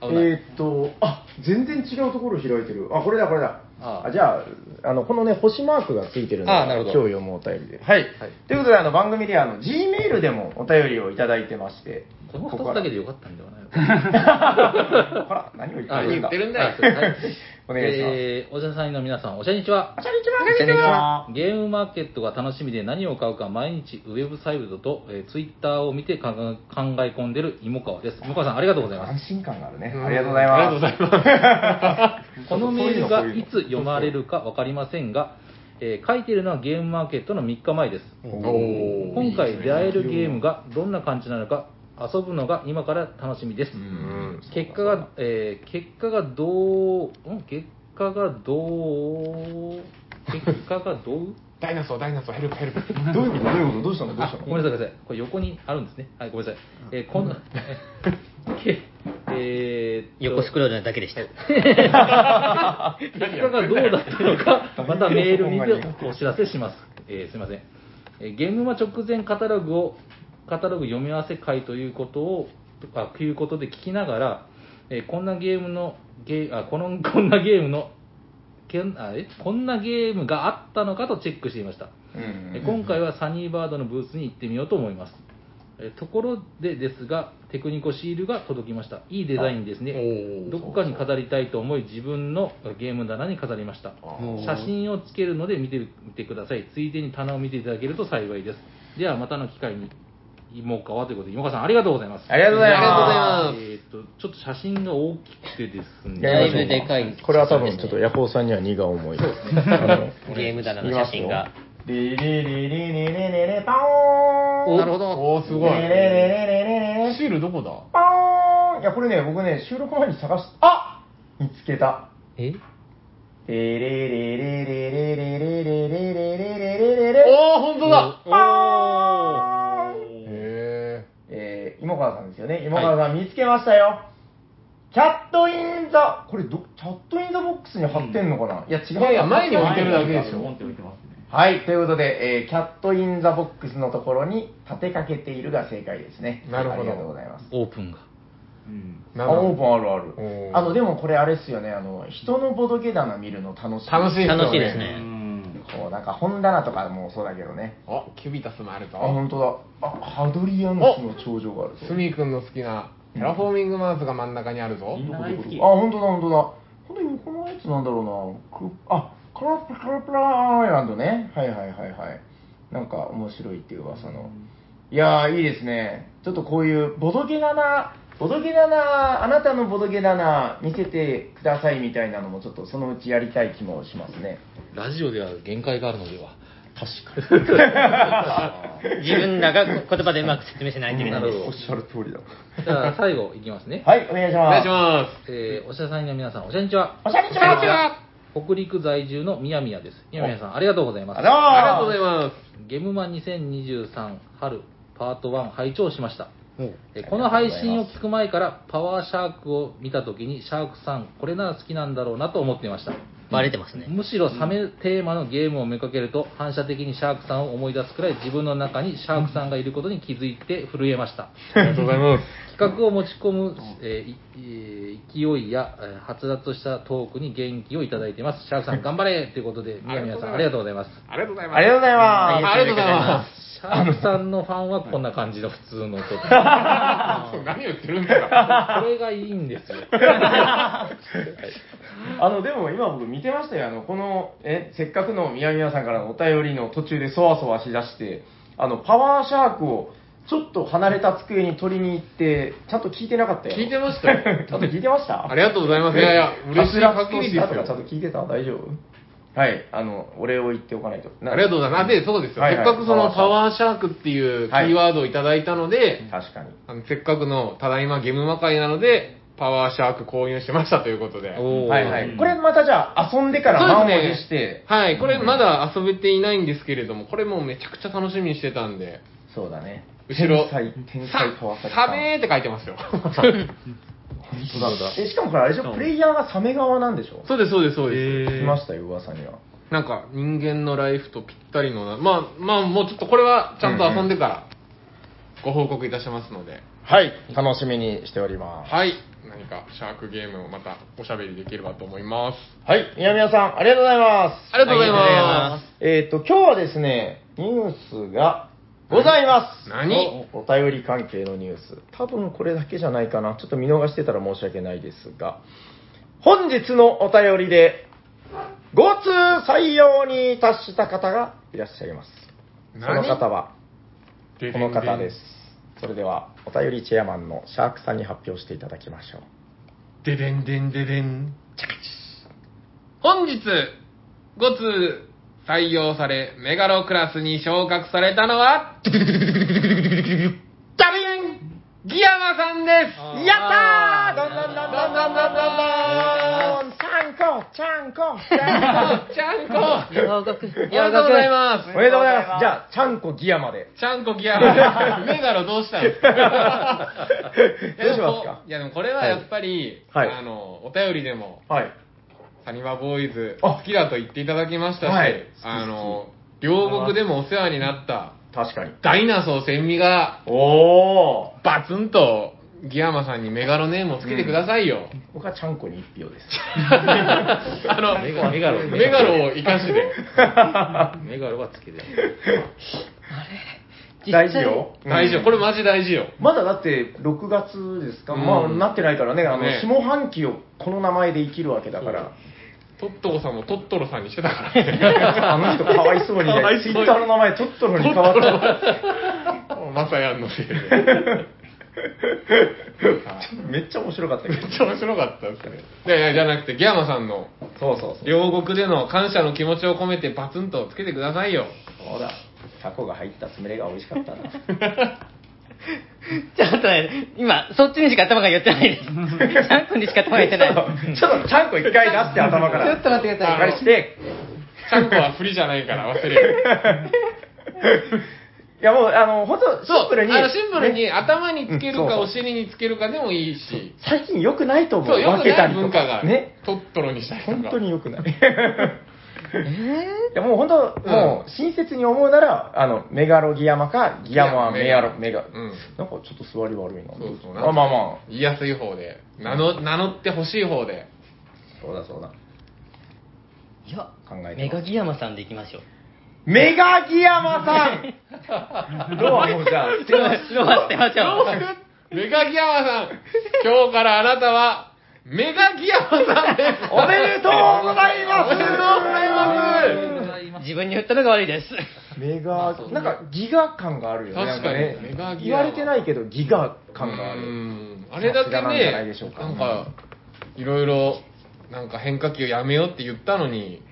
Speaker 1: 危ない。
Speaker 2: えーっと、あ全然違うところ開いてる。あ、これだ、これだ。
Speaker 1: あ
Speaker 2: あじゃあ、あのこのね、星マークがついてるので、
Speaker 1: あなるほど
Speaker 2: 今日読むお便りで。はい。ということで、あの番組ではあの G メールでもお便りをいただいてまして、
Speaker 1: この
Speaker 2: こ
Speaker 1: 2
Speaker 2: か
Speaker 1: つだ
Speaker 2: ら
Speaker 1: けでよかったんでは ない
Speaker 2: ほら、何を言って
Speaker 1: あ
Speaker 2: るんだ。
Speaker 5: るんだよ
Speaker 1: はい
Speaker 2: お願いします
Speaker 1: えーおじゃさんの皆さん、おしゃにちは。
Speaker 2: こんにちは
Speaker 1: ゲームマーケットが楽しみで何を買うか毎日ウェブサイトと、えー、ツイッターを見て考え考え込んでる芋川です。芋川さんありがとうございます
Speaker 2: 安。心感があるね。
Speaker 5: うん
Speaker 2: ありがとうございます。
Speaker 5: ありがとうございます。
Speaker 1: このメールがいつ読まれるかわかりませんが、えー書いているのはゲームマーケットの3日前です。
Speaker 5: お
Speaker 1: 今回出会えるゲームがどんな感じなのか遊ぶのが今から楽しみです。
Speaker 2: うん
Speaker 1: 結果が、えー結果がどう、ん結果がどう、結果がどう
Speaker 5: ダイナソー、ダイナソー、ヘルプ、ヘルプ。
Speaker 2: どういうことどういうことどうしたのどうし
Speaker 1: あ
Speaker 2: たの
Speaker 1: ごめんなさい、ごめんなさい。これ横にあるんですね。はい、ごめんなさい。えー、こんな、け、えーっと、
Speaker 3: 横スクロールなだけでした。
Speaker 1: 結果がどうだったの か、またメールにてお知らせします。えーすいません。えーゲームは直前カタログを、カタログ読み合わせ会ということを、あ、ということで聞きながら、えーこんなゲームの、ゲーあ、この、 こんなゲームの、けんあえこんなゲームがあったのかとチェックしていました。
Speaker 2: うん
Speaker 1: え今回はサニーバードのブースに行ってみようと思いますえところでですがテクニコシールが届きましたいいデザインですねどこかに飾りたいと思い自分のゲーム棚に飾りました写真をつけるので見てみてくださいついでに棚を見ていただけると幸いですではまたの機会に芋川ということで芋川さんありがとうございます
Speaker 2: ありがとうございます
Speaker 5: ありがとうございます
Speaker 1: えーっとちょっと写真が大きくてですね
Speaker 3: だいぶでかい。
Speaker 2: これは多分ちょっとヤホーさんには荷が重い。あの
Speaker 3: ゲーム棚の写真が。
Speaker 2: リリリリリリリリパオーン
Speaker 5: なるほど。おー、すごい。
Speaker 2: リリリリリリリ
Speaker 5: シールどこだ
Speaker 2: パオーンいや、これね、僕ね、収録前に探し、あ見つけた。
Speaker 3: え
Speaker 2: リリリリリリリリリリリリリ
Speaker 5: あ
Speaker 4: お
Speaker 5: へ
Speaker 2: えー、芋川さんですよね。芋川さん、見つけましたよ。キャットインザ、これど、キャットインザボックスに貼ってんのかな、いや、違う。
Speaker 5: いやいや前に置いてるだけでしょ
Speaker 4: ポンって置いてますね。
Speaker 2: はい、ということで、えーキャットインザボックスのところに立てかけているが正解ですね。
Speaker 5: なるほど
Speaker 2: ありがとうございます。
Speaker 1: オープンが。
Speaker 4: うん。
Speaker 5: え。な
Speaker 2: あ
Speaker 5: る
Speaker 2: オープ
Speaker 5: ほ
Speaker 2: ンあるあ
Speaker 5: お
Speaker 2: る。
Speaker 5: ー
Speaker 2: あの、でもこれあれっすよね、あの、人のボドゲ棚見るの楽しい。
Speaker 5: ど。楽しいよ
Speaker 3: 楽しいです
Speaker 4: う
Speaker 3: ね
Speaker 4: ん。
Speaker 2: こう、なんか本棚とかもそうだけどね。
Speaker 5: お、キュビタスもある
Speaker 2: あ、
Speaker 5: ぞ。
Speaker 2: 本当だ。あ、ハドリアンスの頂上があるぞ。
Speaker 5: スミー君の好きなテラフォーミングマウスが真ん中にあるぞ。
Speaker 4: みんな大好き。
Speaker 2: あ、本当だ、本当だ。この横のやつなんだろうな。くあ、カラプラカラプラアイランドね。はいはいはいはい。なんか面白いっていう噂の。いやー、いいですね。ちょっとこういうボドゲ棚、ボドゲ棚、あなたのボドゲ棚見せてくださいみたいなのもちょっとそのうちやりたい気もしますね。
Speaker 1: ラジオでは限界があるのでは。確かに。
Speaker 3: 自分らが言葉でうまく説明しないといけないで
Speaker 2: おっしゃる通りだ。
Speaker 1: じゃあ、最後いきますね。
Speaker 2: はい、お願いし
Speaker 5: お
Speaker 2: ま
Speaker 5: 願い
Speaker 2: す。
Speaker 5: しま
Speaker 1: えーおしゃさんの皆さん、おしゃにちは。
Speaker 2: おしゃれします。
Speaker 1: 北陸在住のみやみやです。みやみやさん、ありがとうございます。
Speaker 2: どうも
Speaker 5: す。ありがとうございます。
Speaker 1: ゲムマ2023春パート1拝聴しました。
Speaker 3: す。
Speaker 1: えこの配信を聞く前からパワーシャークを見た時にシャークさんこれなら好きなんだろうなと思っていました
Speaker 3: バレてますね。
Speaker 1: むしろサメテーマのゲームをめかけると反射的にシャークさんを思い出すくらい自分の中にシャークさんがいることに気づいて震えました
Speaker 5: ありがとうございます。
Speaker 1: 企画を持ち込む、えーいえー勢いや、えーはつらつとしたトークに元気をいただいてい ますシャークさん頑張れということで宮宮さんありがとうございます
Speaker 5: ありがとうございます。
Speaker 2: ありがとうございます。
Speaker 5: ありがとうございま
Speaker 1: シャークさんのファンはこんな感じの普通のトーク
Speaker 5: す。何を言ってるんですか。
Speaker 1: これがいいんですよ
Speaker 2: あの、でも今僕見てましたよ。あの、この、え、せっかくの宮宮さんからのお便りの途中でそわそわしだして、あの、パワーシャークをちょっと離れた机に取りに行って、ちゃんと聞いてなかったよ。
Speaker 5: 聞いてましたよ。
Speaker 2: ちゃんと聞いてました
Speaker 5: ありがとうございます。いやいや、嬉しい限りですよ。
Speaker 2: とかちゃんと聞いてた大丈夫はい、あの、お礼を言っておかないと。
Speaker 5: ありがとうございます。で、そうですよ。
Speaker 2: はい
Speaker 5: せ
Speaker 2: は
Speaker 5: っ
Speaker 2: い
Speaker 5: かくそのパワーシャークっていうキーワードをいただいたので、
Speaker 2: 確かに。
Speaker 5: あのせっかくのただいまゲーム魔界なので、パワーシャーク購入しましたということで。
Speaker 1: おー
Speaker 2: はいはい。これまたじゃあ、遊んでから
Speaker 5: そう
Speaker 2: 満を
Speaker 5: で
Speaker 2: 持
Speaker 5: す
Speaker 2: し
Speaker 5: ね
Speaker 2: て。、
Speaker 5: はい、これまだ遊べていないんですけれども、これもうめちゃくちゃ楽しみにしてたんで、
Speaker 2: そうだね。
Speaker 5: 後ろ、
Speaker 2: 天才、天才川崎
Speaker 5: さ
Speaker 2: さん。
Speaker 5: サメーって書い てますよ。
Speaker 2: え、しかもこれあれでしょプレイヤーがサメ側なんでしょ
Speaker 5: そうです、そうです、そうです。
Speaker 2: 聞きましたよ、噂には。
Speaker 5: なんか人間のライフとぴったりのな、まあ、まあ、もうちょっとこれはちゃんと遊んでからご報告いたしますので、
Speaker 2: はい、楽しみにしております。
Speaker 5: はい、何かシャークゲームをまたおしゃべりできればと思います。
Speaker 2: はい、宮宮さん、ありがとうございます。
Speaker 5: ありがとうございま
Speaker 2: えっ、と、今日はですね、ニュースがございます。
Speaker 5: 何
Speaker 2: おお便り関係のニュース。多分これだけじゃないかな。ちょっと見逃してたら申し訳ないですが、本日のお便りで、ご通採用に達した方がいらっしゃいます。その
Speaker 5: 何
Speaker 2: 方は、
Speaker 5: す。
Speaker 2: この方です。それでは、お便りチェアマンのシャークさんに発表していただきましょう。
Speaker 5: ででんでんででん。チャカチ本日、5通採用され、メガロクラスに昇格されたのは、ダビンギヤマさんです
Speaker 2: やったーどんどんどんどんどんどんどんどんちゃんこちゃんこちゃんこ
Speaker 5: ちゃんこ
Speaker 3: 洋楽
Speaker 5: おめでとうございま
Speaker 2: おめでとうございますじゃあ、ちゃんこギアまで。
Speaker 5: すちゃんこギヤマメガロどうしたんですかい
Speaker 2: どう
Speaker 5: や
Speaker 2: し
Speaker 5: で
Speaker 2: ます
Speaker 5: も
Speaker 2: か
Speaker 5: いやでもこれはやっぱり、
Speaker 2: はいはい
Speaker 5: あの、お便りでも、
Speaker 2: はい。
Speaker 5: サニバボーイズ
Speaker 2: あ
Speaker 5: 好きだと言っていただきましたし、
Speaker 2: はい
Speaker 5: あの、両国でもお世話になった
Speaker 2: 確かに。
Speaker 5: ダイナソー千美が
Speaker 2: おー
Speaker 5: バツンとギヤマさんにメガロネームをつけてくださいよ。
Speaker 2: 僕はちゃんこに一票です。
Speaker 5: あの、
Speaker 1: メガメガロ
Speaker 5: メガロを生かして。
Speaker 1: メガロはつけて
Speaker 2: 大事よ。
Speaker 5: 大事よ。これマジ大事よ。
Speaker 2: まだだって6月ですか、
Speaker 5: うん
Speaker 2: まあなってないからね、あの、
Speaker 5: ね
Speaker 2: 下半期をこの名前で生きるわけだから、
Speaker 5: トットロさんもトットロさんにしてたからね。
Speaker 2: あの人かわいそうに
Speaker 5: かわい
Speaker 2: ね、ツ
Speaker 5: そう
Speaker 2: イッ
Speaker 5: に
Speaker 2: ターの名前、トットロに変わった。
Speaker 5: まさやんのせいで。めっ
Speaker 2: めっちゃ面白かったけど。
Speaker 5: ちゃ面白かったですね。いやいや、じゃなくて、ギヤマさんの
Speaker 2: そうそうそう。
Speaker 5: 両国での感謝の気持ちを込めてバツンとつけてくださいよ。
Speaker 2: そうだ、タコが入ったスミレが美味しかったな。
Speaker 3: ちょっとね、今、そっちにしか頭が寄ってない です。ちゃんこにしか頭が寄ってない。
Speaker 2: ちょっとちゃんこ一回出して頭から。
Speaker 3: ちょっと待ってください
Speaker 2: あれして。
Speaker 5: ちゃんこは振りじゃないから忘れる。
Speaker 2: いやもう、あの、本当
Speaker 5: そ
Speaker 2: シ
Speaker 5: う
Speaker 2: ンプルに。
Speaker 5: あのシンプルに
Speaker 2: ね
Speaker 5: 頭につける
Speaker 2: うん
Speaker 5: か
Speaker 2: そう
Speaker 5: お尻につけるかでもいいし、
Speaker 2: 最近良くないと思う。
Speaker 5: そう、よ
Speaker 2: 分
Speaker 5: く
Speaker 2: けた
Speaker 5: ない
Speaker 2: りと
Speaker 5: 文化があ
Speaker 2: か。
Speaker 5: る。
Speaker 2: ね。
Speaker 5: トットロにしたりとか。
Speaker 2: 本当に良くない。
Speaker 3: えー
Speaker 2: いやもう本当、
Speaker 5: うん
Speaker 2: もう親切に思うなら、あの、メガロギヤマか、ギヤマ、
Speaker 5: ギ
Speaker 2: メガ
Speaker 5: ヤマ
Speaker 2: ロ、メガ、
Speaker 5: う
Speaker 2: なん
Speaker 5: ん
Speaker 2: かちょっと座り悪いな。
Speaker 5: そうそう。
Speaker 2: あまあまあ。
Speaker 5: 言いやすい方で。名の名乗ってほしい方で。
Speaker 2: そうだそうだ。
Speaker 3: いや
Speaker 2: 考えてます、
Speaker 3: メガギヤマさんでいきましょう。
Speaker 2: メガギヤマさんロアもじゃあ、
Speaker 3: ロア、ロア捨てましょう。
Speaker 5: メガギヤマさん、今日からあなたは、メガギヤマさんです。
Speaker 2: おめでとうございます
Speaker 5: おめでとうござい ま
Speaker 3: 自分に言ったのが悪いです。
Speaker 2: メガ、なんかギガ感があるよね。
Speaker 5: 確かに
Speaker 2: なん
Speaker 5: メガギ
Speaker 2: 言
Speaker 5: ヤ
Speaker 2: わ
Speaker 5: マ
Speaker 2: れてないけど、ギガ感があ
Speaker 5: う
Speaker 2: る。
Speaker 5: んあれだけね、
Speaker 2: さすがなんじゃないでしょうか
Speaker 5: なんか、いろいろ、なんか変化球やめようって言ったのに、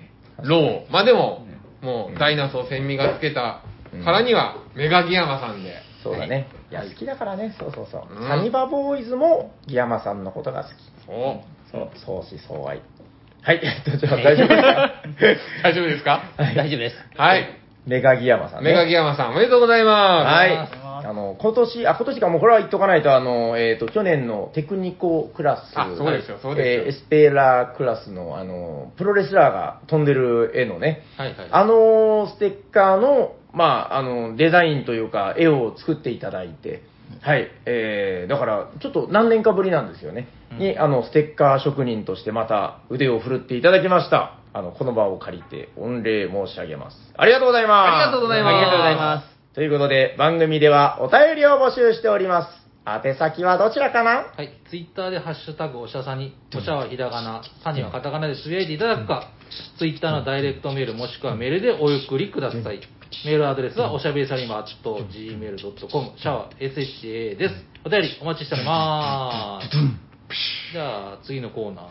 Speaker 5: ロー。まあでも、もうダイナソー千味がつけたからには、メガギヤマさんで。
Speaker 2: そうだね。いや、好きだからね。そうそうそう。
Speaker 5: うん
Speaker 2: サニバボーイズもギヤマさんのことが好き。
Speaker 5: お
Speaker 2: そう、相思相愛。はい、 えっと、じゃあ大丈夫ですか
Speaker 5: 大丈夫ですか
Speaker 3: 大丈夫です。
Speaker 5: はい。
Speaker 2: メガギヤマさんね。
Speaker 5: メガギヤマさん、おめでとうございます。
Speaker 2: はい。あの、今年、あ、今年か、もうこれは言っとかないと、あの、えっ、と、去年のテクニコクラス、
Speaker 5: あそうですよそうですよ
Speaker 2: えーエスペーラークラスの、あの、プロレスラーが飛んでる絵のね、
Speaker 5: はいはい
Speaker 2: あのステッカーの、まあ、あの、デザインというか、絵を作っていただいて、はい、えー、だから、ちょっと何年かぶりなんですよね。に、あの、ステッカー職人としてまた腕を振るっていただきました。あの、この場を借りて、御礼申し上げます。ありがとうございます。
Speaker 5: ありがとうございます
Speaker 3: ありがとうございます。
Speaker 2: ということで、番組ではお便りを募集しております。宛先はどちらかな
Speaker 1: はい、ツイッターでハッシュタグおしゃさに、おしゃはひらがな、さにはカタカナでつぶやいていただくか、ツイッターのダイレクトメールもしくはメールでお送りください。メールアドレスはおしゃべりさにまッと gmail.com、シャワー SHA です。お便りお待ちしております。じゃあ次のコーナ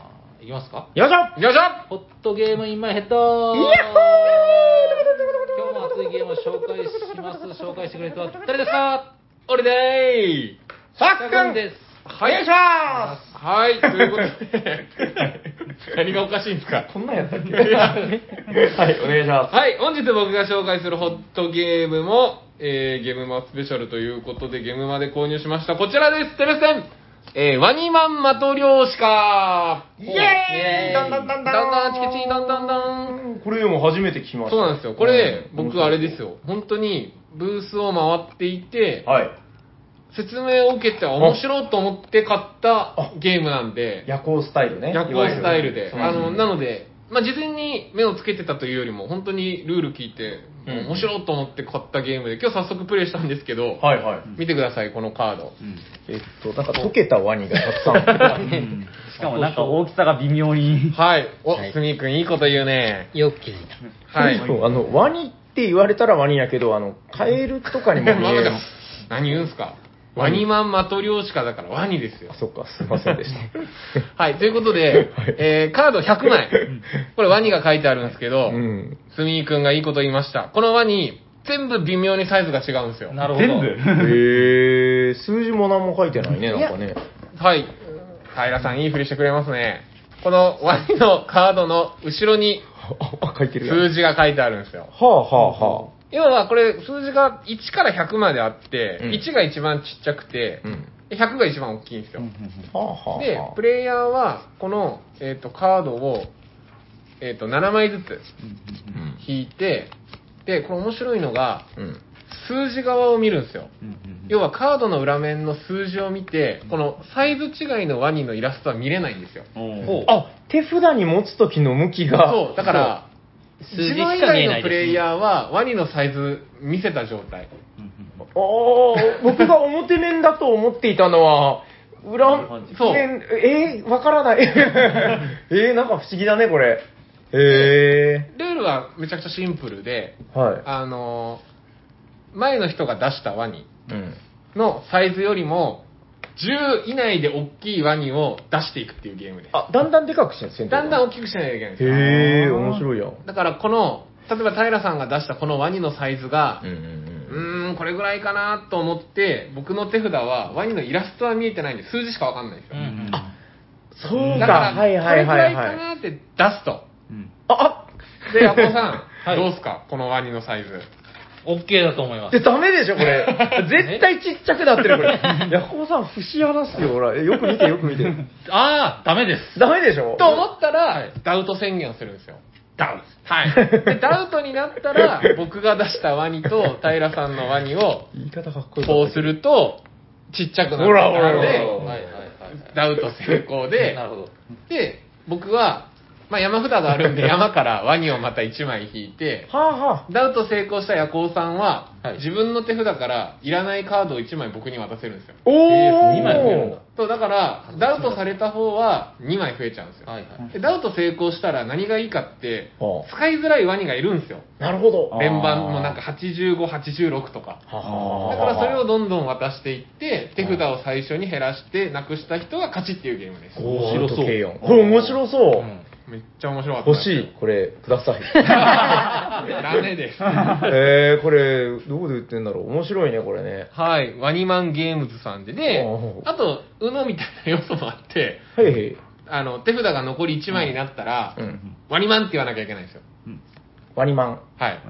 Speaker 1: ーいきますか。
Speaker 2: よいしょ
Speaker 5: よいしょ
Speaker 1: ホットゲームインマイヘッド
Speaker 2: イヤッホー
Speaker 1: 今日も熱いゲームを紹介します。紹介してくれる人は誰ですか
Speaker 5: 俺でーい
Speaker 2: さ
Speaker 1: さ
Speaker 2: っ
Speaker 1: く
Speaker 2: く
Speaker 1: ん
Speaker 2: ん
Speaker 1: です。
Speaker 2: お願いしま
Speaker 5: はい、ということで、何がおかしいんですか
Speaker 2: すこんなんやったっけはい、お願いしま
Speaker 5: はい、本日僕が紹介するホットゲームも、えー、ゲームマスペシャルということで、ゲームマで購入しました。こちらです、テレセンえー、ワニマンマト漁師か
Speaker 2: すイ
Speaker 3: イエー
Speaker 2: エー
Speaker 3: イ
Speaker 2: イだんだんだんだん
Speaker 5: だんだんチキチンだんだんだん
Speaker 2: これも初めて聞きました
Speaker 5: そうなんですよ。これ、
Speaker 2: うん
Speaker 5: 僕あれですよ。本当に、ブースを回っていて、
Speaker 2: はい
Speaker 5: 説明を受けて面白いと思って買ったゲームなんで、
Speaker 2: 夜行スタイルね
Speaker 5: 夜行スタイルで。
Speaker 2: いわ
Speaker 5: あ
Speaker 2: ゆる
Speaker 5: の、なので、まあ、事前に目をつけてたというよりも、本当にルール聞いて、
Speaker 2: うん
Speaker 5: 面白いと思って買ったゲームで、今日早速プレイしたんですけど、
Speaker 2: はいはい
Speaker 5: 見てください、このカード。
Speaker 2: えっとなんか溶けたワニがたくさん
Speaker 4: しかもなんか大きさが微妙に。
Speaker 5: はい。お、
Speaker 3: はい
Speaker 5: スミーくん、いいこと言うね。
Speaker 3: よく気づいた。
Speaker 5: はい。
Speaker 2: そうあのワニって言われたらワニやけどあのカエルとかにも見える
Speaker 5: 何言うんすか。ワニマンマトリョーシカだからワニですよ
Speaker 2: あ。そっかすいませんでした
Speaker 5: はい。というこ とで、えー、カード100枚。これワニが書いてあるんですけ ど、
Speaker 2: うん
Speaker 5: スミーくんがいいこと言いました。このワニ、全部微妙にサイズが違うんですよ。
Speaker 1: なるほど。
Speaker 4: 全部。
Speaker 2: へえ数字も何も書いてないね、なんかね。
Speaker 5: はい。平さん、いいふりしてくれますね。このワニのカードの後ろに
Speaker 2: あ、書いてるやん。
Speaker 5: 数字が書いてあるんですよ。
Speaker 2: はあはあは
Speaker 5: 要はこれ数字が1から100まであって、
Speaker 2: うん
Speaker 5: 1が一番ちっちゃくて
Speaker 2: あ。う、ん。
Speaker 5: 100が一番大きいんですよ。
Speaker 2: はあはあ。
Speaker 5: で、プレイヤーはこの、えー、とカードを、えー、と7枚ずつ
Speaker 2: うん。
Speaker 5: 引いて、で、これ面白いのが、
Speaker 2: うん。
Speaker 5: 数字側を見るんですよ。要はカードの裏面の数字を見て、このサイズ違いのワニのイラストは見れないんですよ。
Speaker 4: ほ
Speaker 2: あ、手札に持つ時の向きが。
Speaker 5: そう、だから、
Speaker 3: 数字
Speaker 5: 自
Speaker 3: しか
Speaker 5: 分以
Speaker 3: 見え
Speaker 5: 外
Speaker 3: ないですね
Speaker 5: のプレイヤーはワニのサイズ見せた状態。
Speaker 2: ああ、僕が表面だと思っていたのは、裏、
Speaker 5: そう
Speaker 2: 面えー、わからない。 えー、なんか不思議だね、これ。へ
Speaker 5: ルールはめちゃくちゃシンプルで、
Speaker 2: え。はい。
Speaker 5: あのー前の人が出したワニ
Speaker 2: うん。
Speaker 5: のサイズよりも、10以内で大きいワニを出していくっていうゲームです。
Speaker 2: あ、だんだんでかくしてる
Speaker 5: だんだん大
Speaker 2: き
Speaker 5: きくしないといけないんですよ
Speaker 2: へえ、面白いやん。
Speaker 5: だからこの、例えば平さんが出したこのワニのサイズが、
Speaker 2: ん
Speaker 5: うーん、これぐらいかなと思って、僕の手札はワニのイラストは見えてないんで、数字しかわかんないんですよ。
Speaker 2: そうか、
Speaker 5: だから、こ
Speaker 2: はい
Speaker 5: れぐ
Speaker 2: はいは
Speaker 5: らい
Speaker 2: い
Speaker 5: か
Speaker 2: はい。
Speaker 5: なって出すと。
Speaker 2: あ、あ
Speaker 5: で、アポさん、
Speaker 1: はい
Speaker 5: どうすかこのワニのサイズ。
Speaker 1: OK だと思います
Speaker 2: で、。ダメでしょ、これ。絶対ちっちゃくなってる、これ。ヤコウさん、節穴っすよ、ほら。よく見て、よく見て。
Speaker 1: ああ、ダメです。
Speaker 2: ダメでしょ
Speaker 5: と思ったら、
Speaker 1: はい
Speaker 5: ダウト宣言をするんですよ。
Speaker 1: ダウン
Speaker 5: はい。で、ダウトになっ たら、僕が出したワニと平さんのワニを、
Speaker 2: 言い方かっこいい。
Speaker 5: こうすると、ちっちゃくなる
Speaker 2: ほらほら
Speaker 5: ので
Speaker 2: ほ
Speaker 1: はいはいはい
Speaker 5: ダウト成功
Speaker 1: はい。
Speaker 5: で
Speaker 1: な、るほど。
Speaker 5: で、僕は、まあ、山札があ るんで、山からワニをまた1枚引いて、
Speaker 2: はあはあ。
Speaker 5: ダウト成功したヤコウさんは、
Speaker 1: はい
Speaker 5: 自分の手札からいらないカードを1枚僕に渡せるんですよ。
Speaker 2: お
Speaker 1: 二枚増えるんだ
Speaker 5: そうだから、ダウトされた方は2枚増えちゃうんですよ。
Speaker 1: はいはい。
Speaker 5: でダウト成功したら何がいいかって、
Speaker 2: はあ
Speaker 5: 使いづらいワニがいるんですよ。
Speaker 2: なるほど。
Speaker 5: 連番のなんか85、86とか。だ
Speaker 2: は
Speaker 5: からそれをどんどん渡していって、手札を最初に減らして、なくした人が勝ちっていうゲームです。
Speaker 1: 面白そう
Speaker 2: これ面白そうう。
Speaker 1: ん
Speaker 5: めっちゃ面白かった。
Speaker 2: 欲しい。。これ、ください。
Speaker 5: ダメです。
Speaker 2: えー、これ、どこで売ってんだろう。面白いね、これね。
Speaker 5: はい、ワニマンゲームズさんで、で
Speaker 2: お、ー
Speaker 5: あと、うのみたいな要素もあって、
Speaker 2: はいはい。
Speaker 5: あの、手札が残り1枚になったら、
Speaker 2: うん。
Speaker 5: ワニマンって言わなきゃいけないんですよ。
Speaker 2: ワニマン。
Speaker 5: はい。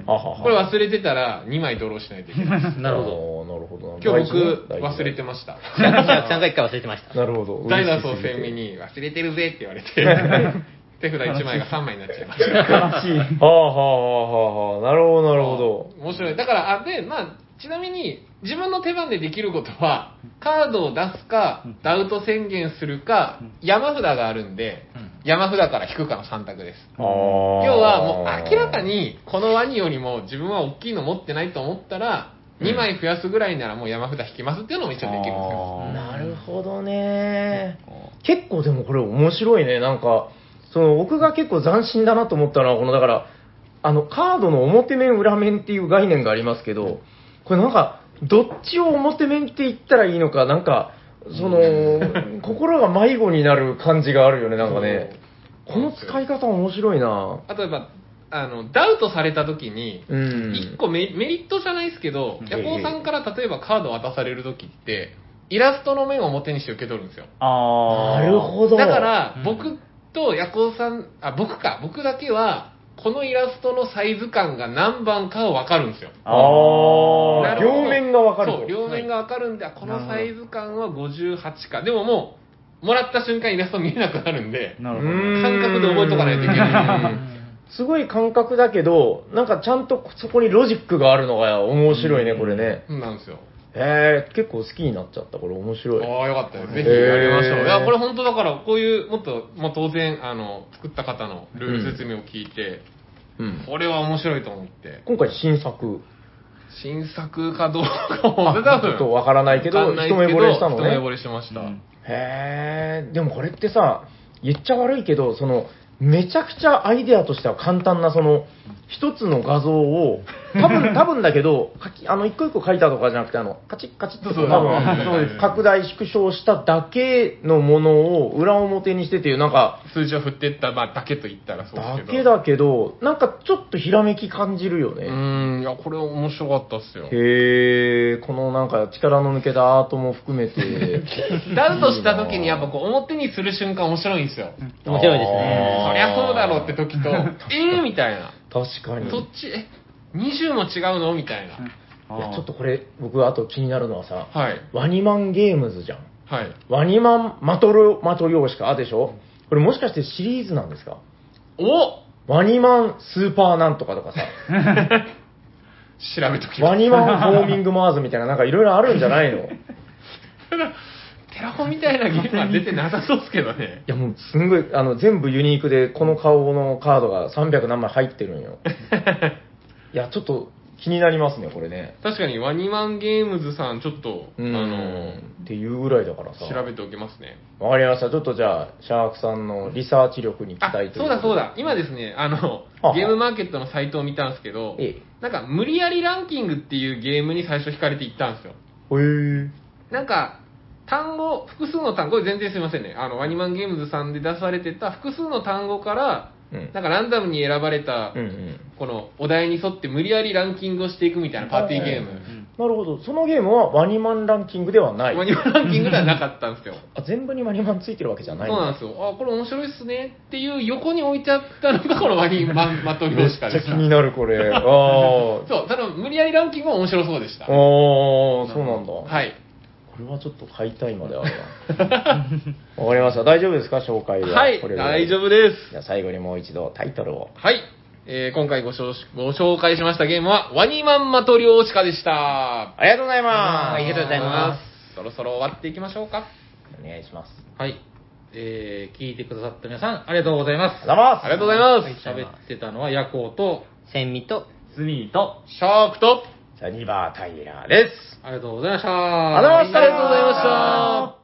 Speaker 2: あはは
Speaker 5: これ忘れてたら2枚ドローしないとい けない。
Speaker 1: なるほど。
Speaker 2: ど。なるほど。
Speaker 5: 今日僕忘れて
Speaker 2: ま
Speaker 5: ま した。
Speaker 3: ちゃんが一回忘れてました。
Speaker 2: なるほど。
Speaker 5: ダイナソー鮮明に忘れてるぜって言わ れて、手札1枚が3枚になっちゃいました。
Speaker 2: は あはあはあはあ。なるほど、なるほど。
Speaker 5: 面白い。だから、あ、で、まあ、ちなみに、自分の手番でできることは、カードを出すか、ダウト宣言するか、山札があるんで
Speaker 1: うん、
Speaker 5: 山札から引くかの3択です。
Speaker 2: あ
Speaker 5: 要
Speaker 2: ー
Speaker 5: は、もう明らか。に、このワニよりも自分は大きいの持ってないと思ったら、2枚増やすぐらいならもう山札引きますっていうのも一応できるんですよ。
Speaker 1: あー
Speaker 2: なるほどね。結構でもこれ面白いね。なんか、その僕が結構斬新だなと思ったのは、このだから、あの、カードの表面裏面っていう概念がありますけど、これなんか、どっちを表面って言ったらいいのか、なんか、その、心が迷子になる感じがあるよね、なんかね。この使い方面白いな
Speaker 5: あとやっぱ、あの、ダウトされた時に、
Speaker 2: うん。
Speaker 5: 一個メメリットじゃないですけど、ヤコウさんから例えばカード渡される時って、イラストの面を表にして受け取るんですよ。
Speaker 4: あ
Speaker 2: なるほど。
Speaker 5: だから
Speaker 1: うん、
Speaker 5: 僕とヤコウさん、あ、僕か、僕だけは、このイラストのサイズ感が何番かわかるんですよ。
Speaker 2: ああ、
Speaker 5: なるほど
Speaker 2: 両面がわかると。
Speaker 5: そう、両面がわかるんで、あこのサイズ感は58か。でももう、もらった瞬間イラスト見えなくなるんで、
Speaker 4: なるほど。
Speaker 2: うん
Speaker 5: 感覚で覚えとかないといけない。
Speaker 2: すごい感覚だけど、なんかちゃんとそこにロジックがあるのが面白いね、これね。
Speaker 5: そうなんですよ。
Speaker 2: えー、結構好きになっちゃった、これ面白い。
Speaker 5: ああ、よかったです。ぜひやりましょ
Speaker 2: へー
Speaker 5: う。いや、これ本当だから、こういう、もっと、まあ、当然、あの、作った方のルール説明を聞いて、
Speaker 2: うん、
Speaker 5: これは面白いと思って、
Speaker 2: 今回新作。
Speaker 5: 新作かどうかも、多
Speaker 2: ちょっと
Speaker 5: 分、
Speaker 2: わからないけど、
Speaker 5: わか
Speaker 2: 一
Speaker 5: んないです
Speaker 2: 目
Speaker 5: け
Speaker 2: 惚
Speaker 5: ど
Speaker 2: れしたの
Speaker 5: 一目惚
Speaker 2: ね。
Speaker 5: れしました。
Speaker 4: うん
Speaker 2: へえー、でもこれってさ、言っちゃ悪いけど、その、めちゃくちゃアイデアとしては簡単な、その、一つの画像を、多 分、多分だけど、書き、あの、一個一個書いたとかじゃなくて、あの、カチッカチッと、多
Speaker 5: そうそう
Speaker 2: 分、
Speaker 5: そうです
Speaker 2: 拡大縮小しただけのものを裏表にしてっていう、なんか、
Speaker 5: 数字を振ってった、まあ、だけと言ったらそう
Speaker 2: だ
Speaker 5: ですけ
Speaker 2: け
Speaker 5: ど。
Speaker 2: だけど、なんかちょっとひらめき感じるよ
Speaker 5: う
Speaker 2: ね。
Speaker 5: ーん、いや、これ面白かったっすよ。
Speaker 2: へえ、このなんか力の抜けたアートも含めて。
Speaker 5: ダウトした時にやっぱこう表にする瞬間 面白いんですよ。
Speaker 3: 面白いですね。
Speaker 5: そりゃそうだろうって時 と、えーみたいな。
Speaker 2: 確かに。
Speaker 5: そっち、え、20も違うのみたいな。
Speaker 2: いやちょっとこれ、僕、あと気になるのはさ、
Speaker 5: はい。
Speaker 2: ワニマンゲームズじゃん。
Speaker 5: はい。
Speaker 2: ワニマンマトロ、マトリョーシカでしょこれもしかしてシリーズなんですか
Speaker 5: お
Speaker 2: ワニマンスーパーなんとかと かさ、
Speaker 5: 調べときま
Speaker 2: ワ
Speaker 5: す。
Speaker 2: ニマンフォーミングマーズみたいな、なんかいろいろあるんじゃないのい
Speaker 5: テラフォみたいなゲームは出てなさそうですけどね。
Speaker 2: や、もうすんごい、あの、全部ユニークで、この顔のカードが300何枚入ってるん よ。いや、ちょっと気になりますね、これね。
Speaker 5: 確かにワニマンゲームズさん、ちょっと、あ
Speaker 2: うん
Speaker 5: の、
Speaker 2: っていうぐらいだからさ。
Speaker 5: 調べておきますね。
Speaker 2: わかりました。ちょっとじゃあ、シャークさんのリサーチ力に期
Speaker 5: あ
Speaker 2: 待、とい
Speaker 5: そううだそうだ。今ですね、あの
Speaker 2: あ、
Speaker 5: ゲームマーケットのサイトを見たんですけど
Speaker 2: ええ、
Speaker 5: なんか無理やりランキングっていうゲームに最初惹かれていったんですよ。
Speaker 2: ほえー。
Speaker 5: なんか、単語、複数の単語、これ全然すみませんね。あの、ワニマンゲームズさんで出されてた複数の単語から、
Speaker 2: うん
Speaker 5: なんかランダムに選ばれた
Speaker 2: うんうん。
Speaker 5: このお題に沿って無理やりランキングをしていくみたいなパーティーゲーム。
Speaker 2: なるほど。そのゲームはワニマンランキングではない。
Speaker 5: マニュアルランキングではなかったんですよ。
Speaker 2: あ全部にワニマンついてるわけじゃ
Speaker 5: そ
Speaker 2: な
Speaker 5: う
Speaker 2: い
Speaker 5: なんですよ。あ、これ面白いっすねっていう横に置いてあったのが、このワニマンマトリョーシカ
Speaker 2: め
Speaker 5: で
Speaker 2: っ
Speaker 5: し
Speaker 2: ち
Speaker 5: た
Speaker 2: ゃ気。になる、これ。ああ。
Speaker 5: そう、ただ無理やりランキングは面白そうでした。
Speaker 2: ああ、そうなんだ。
Speaker 5: はい。
Speaker 2: これはちょっと買いたいまであるな。わかりました。大丈夫ですか紹介は。
Speaker 5: はい、
Speaker 2: これぐら
Speaker 5: 大丈夫です。
Speaker 2: じゃあ最後にもう一度タイトルを。
Speaker 5: はい。えー今回ご紹ご紹介しましたゲームは、ワニマンマトリョーシカでした。。
Speaker 2: ありがとうございます。
Speaker 3: ありがとうございます
Speaker 5: そろそろ終わっていきましょうか。
Speaker 2: す。お願いします。
Speaker 1: はい。えー、聞いてくださった皆さん、ありがとうございます
Speaker 2: あり。がとうございます。
Speaker 5: ありがとうござい
Speaker 1: 喋
Speaker 5: ます。
Speaker 1: ってたのは、夜行と、
Speaker 3: 千味と、
Speaker 4: スミーと、
Speaker 5: シャークと、
Speaker 2: ジャニバー・タイラーです。
Speaker 1: ありがとうございました。
Speaker 2: ありがとうございました
Speaker 5: ありがとうございました。